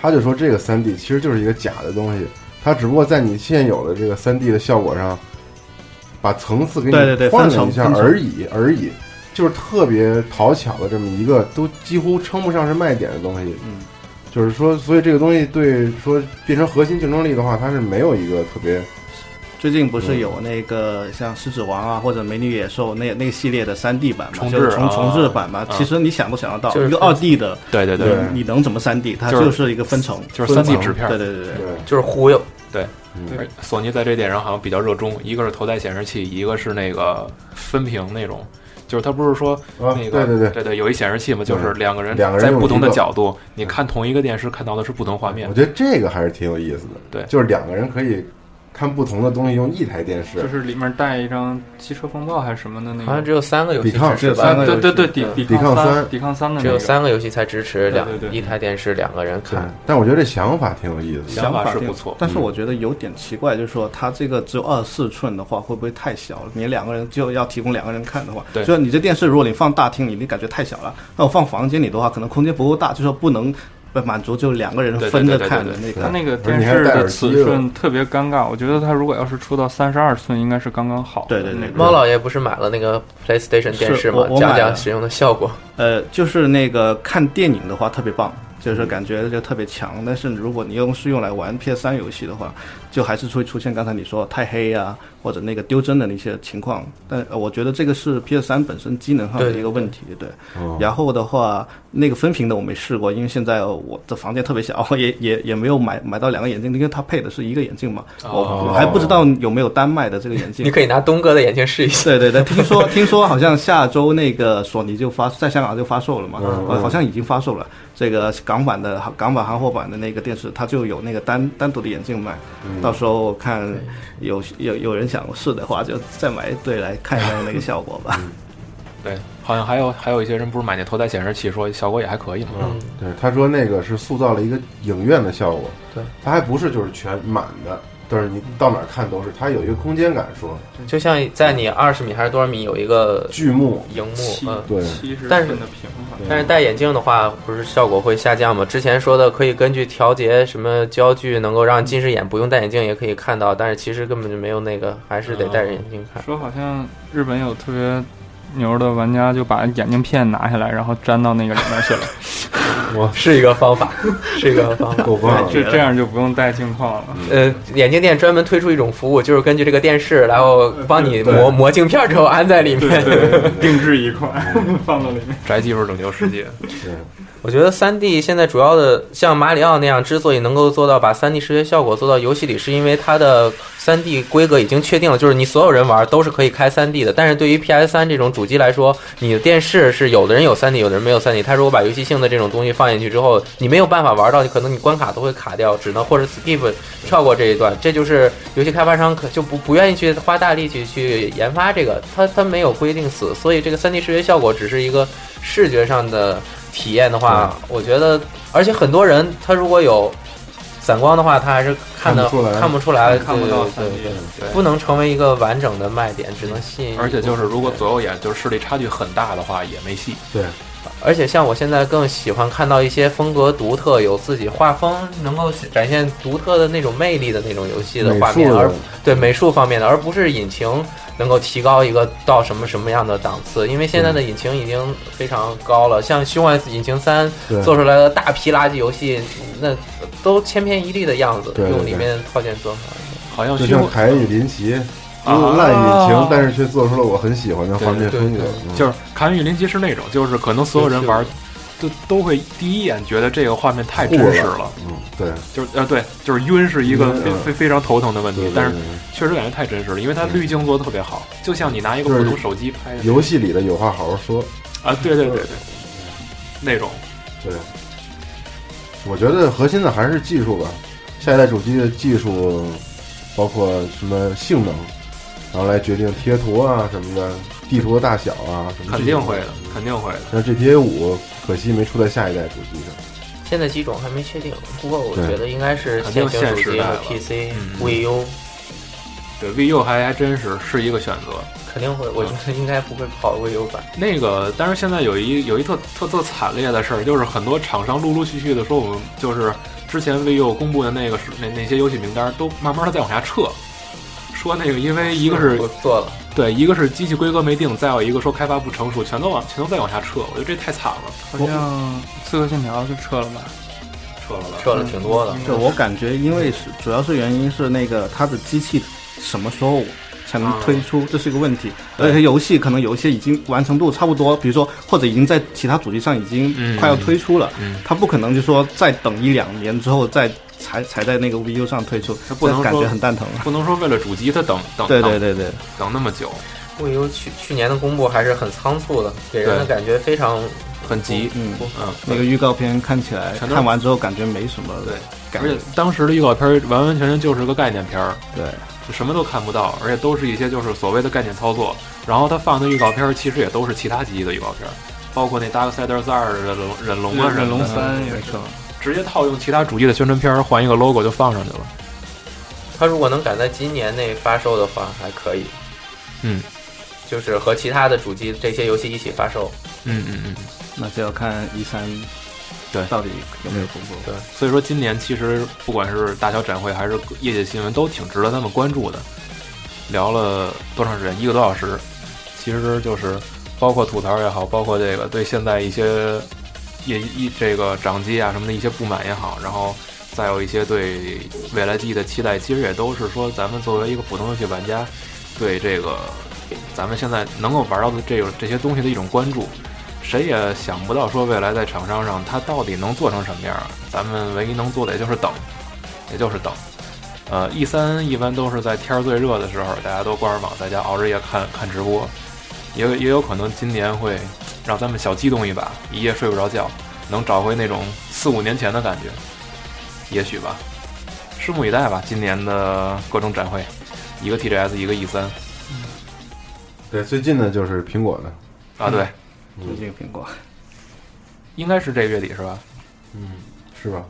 S2: 他就说这个三 D 其实就是一个假的东西，它只不过在你现有的这个三 D 的效果上，把层次给
S3: 对对
S2: 你
S3: 对
S2: 换
S3: 分
S2: 了
S3: 层
S2: 一下
S3: 分层
S2: 而已而已，就是特别讨巧的这么一个都几乎称不上是卖点的东西。
S3: 嗯，
S2: 就是说，所以这个东西对说变成核心竞争力的话，它是没有一个特别
S3: 最近不是有那个像《狮子王》啊，或者《美女与野兽》那那个系列的三 D 版嘛，
S1: 重
S3: 就
S1: 置
S3: 是重
S1: 啊
S3: 重置版嘛
S1: 啊。
S3: 其实你想都想得到，
S4: 就是
S3: 一个二 D 的，
S1: 对对
S2: 对
S3: 你能怎么三 D？它
S1: 就是
S3: 就是一个分层，
S1: 就是三 D
S2: 分层
S1: 纸片
S3: 对
S1: 儿。
S3: 对对对
S2: 对。嗯
S4: 就是忽悠，
S1: 而索尼在这点上好像比较热衷，一个是头戴显示器，一个是那个分屏那种，就是它不是说
S2: 啊，对
S1: 那个
S2: 对对。
S1: 对对，有一显示器嘛，就是
S2: 嗯
S1: 两个人
S2: 两个人
S1: 在
S2: 用
S1: 不同的
S2: 一个嗯
S1: 角度，你看同一个电视看到的是不同画面
S2: 我。觉得这个还是挺有意思的，
S1: 对
S2: 就是两个人可以看不同的东西，用一台电视，
S5: 就是里面带一张汽车风暴还是什么的那
S4: 好像
S5: 个。
S4: 啊只有三个游戏
S2: 抵抗
S4: 支持
S2: 只有三
S4: 吧
S2: 个。
S5: 对对对，
S4: 对
S5: 抵
S2: 抵抗
S5: 抗
S2: 三
S5: 抵抗三的
S4: 只
S5: 那
S4: 有
S5: 个，
S4: 三个游戏才支持两
S5: 对对对
S4: 一台电视两个人看，
S2: 但我觉得这想法挺有意思的。
S1: 想法是
S3: 挺
S1: 不错嗯
S3: 但是我觉得有点奇怪，就是说它这个只有二十四寸的话，会不会太小了？你两个人就要提供两个人看的话，
S1: 对
S3: 就是你这电视，如果你放大厅里，你感觉太小了；那我放房间里的话，可能空间不够大，就说不能呃满足就两个人
S1: 对对
S3: 分着
S1: 对对
S3: 看
S1: 对
S3: 的那
S5: 它
S3: 个。
S5: 那个
S2: 而且
S5: 电
S2: 你还
S5: 视
S2: 戴耳
S5: 的
S2: 机
S5: 尺寸特别尴尬，我觉得它如果要是出到三十二寸，应该是刚刚好的
S3: 对对对
S5: 那种。
S4: 猫老爷不是买了那个 PlayStation 电视
S3: 是
S4: 吗
S3: 我？我
S4: 讲
S3: 买
S4: 讲
S3: 了
S4: 使用的效果。
S3: 呃，就是那个看电影的话特别棒，就是感觉就特别强。但是如果你用是用来玩 PS 三游戏的话，就还是会出现刚才你说太黑啊，或者那个丢帧的那些情况。但呃我觉得这个是 PS 三本身机能上的一个问题，对。
S2: 哦
S3: 然后的话，那个分屏的我没试过，因为现在我的房间特别小， 我也也也没有买买到两个眼镜，因为它配的是一个眼镜嘛，我我还不知道有没有单卖的这个眼镜
S4: 你。可以拿东哥的眼睛试一下。
S3: 对对对，听说听说好像下周那个索尼就发在香港就发售了嘛，呃，好像已经发售了。这个港版的港版韩货版的那个电视，它就有那个单单独的眼镜卖，到时候看有有有人想试的话，就再买一对来看一看那个效果吧。
S1: 对，好像还有还有一些人不是买那头戴显示器，说效果也还可以嘛。
S2: 嗯，对，他说那个是塑造了一个影院的效果，
S4: 对，
S2: 它还不是就是全满的，但是你到哪儿看都是，它有一个空间感说，
S4: 就像在你二十米还是多少米有一个
S2: 剧目，
S4: 荧幕，
S5: 七
S4: 嗯，
S2: 对
S5: 七十
S4: 但
S5: 分
S4: 是
S5: 的屏吧。
S4: 但是戴眼镜的话，不是效果会下降吗？之前说的可以根据调节什么焦距，能够让近视眼不用戴眼镜也可以看到，但是其实根本就没有那个，还是得戴着眼镜看。
S5: 说好像日本有特别牛的玩家，就把眼镜片拿下来，然后粘到那个里 面去 了，
S4: 是一个方 法，是一个方法。
S2: 够棒了，
S5: 这这样就不用戴镜框了。
S4: 呃，眼镜店专门推出一种服务，就是根据这个电视，然后帮你磨磨镜片之后安在里面。
S5: 定制一块放到里面。
S1: 宅技术拯救世界，
S4: 我觉得三 D 现在主要的像马里奥那样，之所以能够做到把三 D 视觉效果做到游戏里，是因为它的三 D 规格已经确定了，就是你所有人玩都是可以开三 D 的。但是对于 PS 三这种主机来说，你的电视是有的人有三 D，有的人没有三 D。它如果把游戏性的这种东西放进去之后，你没有办法玩到，你可能你关卡都会卡掉，只能或者 skip 跳过这一段。这就是游戏开发商可就不不愿意去花大力气去研发这个，它它没有规定死，所以这个三 D 视觉效果只是一个视觉上的。体验的话，我觉得，而且很多人他如果有散光的话，他还是看的
S2: 看不出来
S4: 看不出来，
S5: 看不到
S4: 对对
S2: 嗯
S5: 3D
S4: 对对，不能成为一个完整的卖点，只能吸引。
S1: 而且就是如果左右眼就是视力差距很大的话，也没戏。
S2: 对，
S4: 而且像我现在更喜欢看到一些风格独特、有自己画风能够展现独特的那种魅力的那种游戏的
S2: 美
S4: 画面，
S2: 术
S4: 而对美术方面的，而不是引擎能够提高一个到什么什么样的档次。因为现在的引擎已经非常高了，像《凶玩引擎三》
S2: 对
S4: 做出来的大批垃圾游戏，那都千篇一律的样子，
S2: 对对
S4: 用里
S2: 对
S4: 面套件做法。
S1: 好像
S2: 就
S1: 虚
S2: 像
S1: 幻
S2: 凯恩与林奇，用烂引擎，但是却做出了我很喜欢的画面风格
S4: 啊对，
S2: 嗯
S1: 就是《卡与林奇》是那种，就是可能所有人玩，都都会第一眼觉得这个画面太真实了，
S2: 嗯，对，
S1: 就是呃对，就是晕是一个非
S2: 嗯
S1: 非非常头疼的问题
S2: 对，
S1: 但
S2: 对
S1: 是
S2: 对，
S1: 确实感觉太真实了，因为它滤镜做的特别好，就像你拿一个
S2: 就是
S1: 普通手机拍的
S2: 游戏里的有话好好说，
S1: 啊，对对对对，那种
S2: 对，我觉得核心的还是技术吧。下一代主机的技术，包括什么性能，然后来决定贴图啊什么的，地图的大小啊什么。
S1: 肯定会的，肯定会的。
S2: 但是 GTA 五可惜没出在下一代主机上。
S4: 现在几种还没确定，不过我
S2: 对
S4: 觉得应该是
S1: 肯定
S4: 现行
S1: 现
S4: 手
S1: 时
S4: 机
S1: 代
S4: 和
S1: 了
S4: PC
S1: 嗯、
S4: VU
S1: 对，VU 还还真是是一个选择。
S4: 肯定
S1: 嗯
S4: 会，我觉得应该不会跑 VU 版。
S1: 那个，但是现在有一有一特特特惨烈的事儿，就是很多厂商陆陆续续的说，我们就是之前 VU 公布的那个是那那些游戏名单，都慢慢的在往下撤。说那个，因为一个是
S4: 我做了，
S1: 对，一个是机器规格没定，再有一个说开发不成熟，全都往全都在往下撤。我觉得这太惨了，
S5: 好像《刺客信条》就撤了吧？
S1: 撤了吧。
S4: 撤了挺多
S1: 嗯
S4: 的。
S3: 对我感觉，因为是主要是原因是那个它的机器什么时候才能推出，这是一个问题。
S1: 啊
S3: 而且游戏可能有一些已经完成度差不多，比如说或者已经在其他主机上已经
S1: 嗯
S3: 快要推出了
S1: 嗯，
S3: 它不可能就说再等一两年之后再才才在那个 VU 上推出
S1: 它，不能
S3: 这感
S1: 说哦
S3: 觉很蛋疼。
S1: 不能说为了主机它等等
S3: 对
S1: 等
S3: 对对对，
S1: 等那么久，
S4: VU 去去年的公布还是很仓促的，给人的
S1: 对
S4: 感觉非常
S1: 很急。
S3: 嗯，
S1: 嗯，
S3: 那个预告片看起来
S1: 全都
S3: 看完之后感觉没什么
S1: 对
S3: 感
S1: 而
S3: 觉
S1: 且，当时的预告片儿完完全全就是个概念片儿，
S3: 对
S1: 就什么都看不到，而且都是一些就是所谓的概念操作。然后他放的预告片儿其实也都是其他机器的预告片儿，包括那《Dark Siders 二》的龙忍龙啊什么的
S5: 忍龙三也
S3: 没错。
S1: 直接套用其他主机的宣传片儿，换一个 logo 就放上去了。
S4: 他如果能赶在今年内发售的话，还可以。
S1: 嗯，
S4: 就是和其他的主机这些游戏一起发售。
S1: 嗯嗯嗯。
S3: 那就要看一三
S1: 对嗯
S3: 到底有没有公布。
S1: 对，所以说今年其实不管是大小展会还是业界新闻，都挺值得他们关注的。聊了多长时间？一个多小时，其实就是包括吐槽也好，包括这个对现在一些也一这个掌机啊什么的一些不满也好，然后再有一些对未来机的期待，其实也都是说咱们作为一个普通游戏玩家，对这个咱们现在能够玩到的这种这些东西的一种关注。谁也想不到说未来在厂商上它到底能做成什么样儿，咱们唯一能做的也就是等，也就是等。呃，E 三一般都是在天儿最热的时候，大家都关上网在家熬着夜看看直播，也有也有可能今年会让咱们小激动一把，一夜睡不着觉，能找回那种四五年前的感觉，也许吧，拭目以待吧。今年的各种展会，一个 TGS，一个 E 三
S2: 对，最近的就是苹果的，
S1: 啊，对，
S3: 最近苹果，
S1: 应该是这个月底是吧？
S2: 嗯，是吧？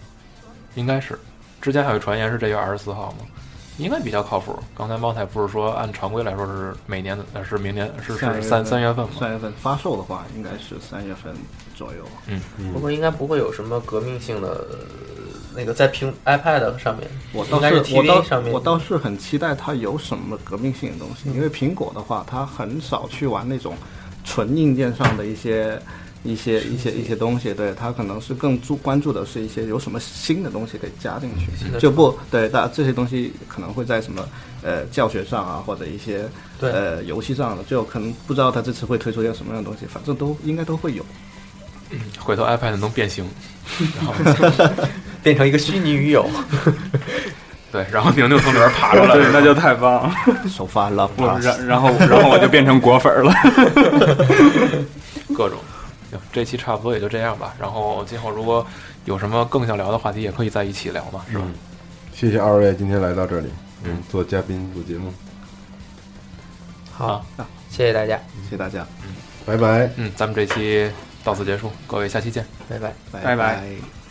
S1: 应该是，之前还有传言是这月二十四号嘛，应该比较靠谱。刚才猫太不是说按常规来说是每年的，呃是明年是
S3: 下一
S1: 是
S3: 个
S1: 三三月份嘛？
S3: 三月份发售的话，应该是三月份左右。
S4: 不
S2: 嗯
S4: 过应该不会有什么革命性的呃那个在平 iPad 上面，
S3: 我
S4: 应
S3: 倒
S4: 该
S3: 是我
S4: TV 上
S3: 倒
S4: 面，
S3: 我倒是很期待它有什么革命性的东西，因为苹果的话，它很少去玩那种纯硬件上的一些一些一些一些东西，对它可能是更注关注的是一些有什么新的东西可以加进
S4: 的
S3: 去，就不对，大这些东西可能会在什么呃教学上啊，或者一些
S4: 对
S3: 呃游戏上的，就可能不知道它这次会推出一个什么样的东西，反正都应该都会有。
S1: 回头 iPad 能变形，
S4: 变成一个虚拟女友。
S1: 对，然后宁宁从里边爬出来，
S5: 啊对，那就太棒了。
S3: 首发 Love
S5: 我
S3: Plus，
S5: 然然后然后我就变成果粉了。
S1: 各种。行，这期差不多也就这样吧。然后今后如果有什么更想聊的话题，也可以在一起聊嘛，是吧？
S2: 谢谢二位今天来到这里，
S1: 嗯，
S2: 做嘉宾录节目，
S1: 啊
S4: 好，谢谢大家，
S3: 谢谢大家，
S2: 拜拜。
S1: 嗯，咱们这期到此结束，各位下期见。
S4: 拜拜。
S3: 拜
S5: 拜拜
S3: 拜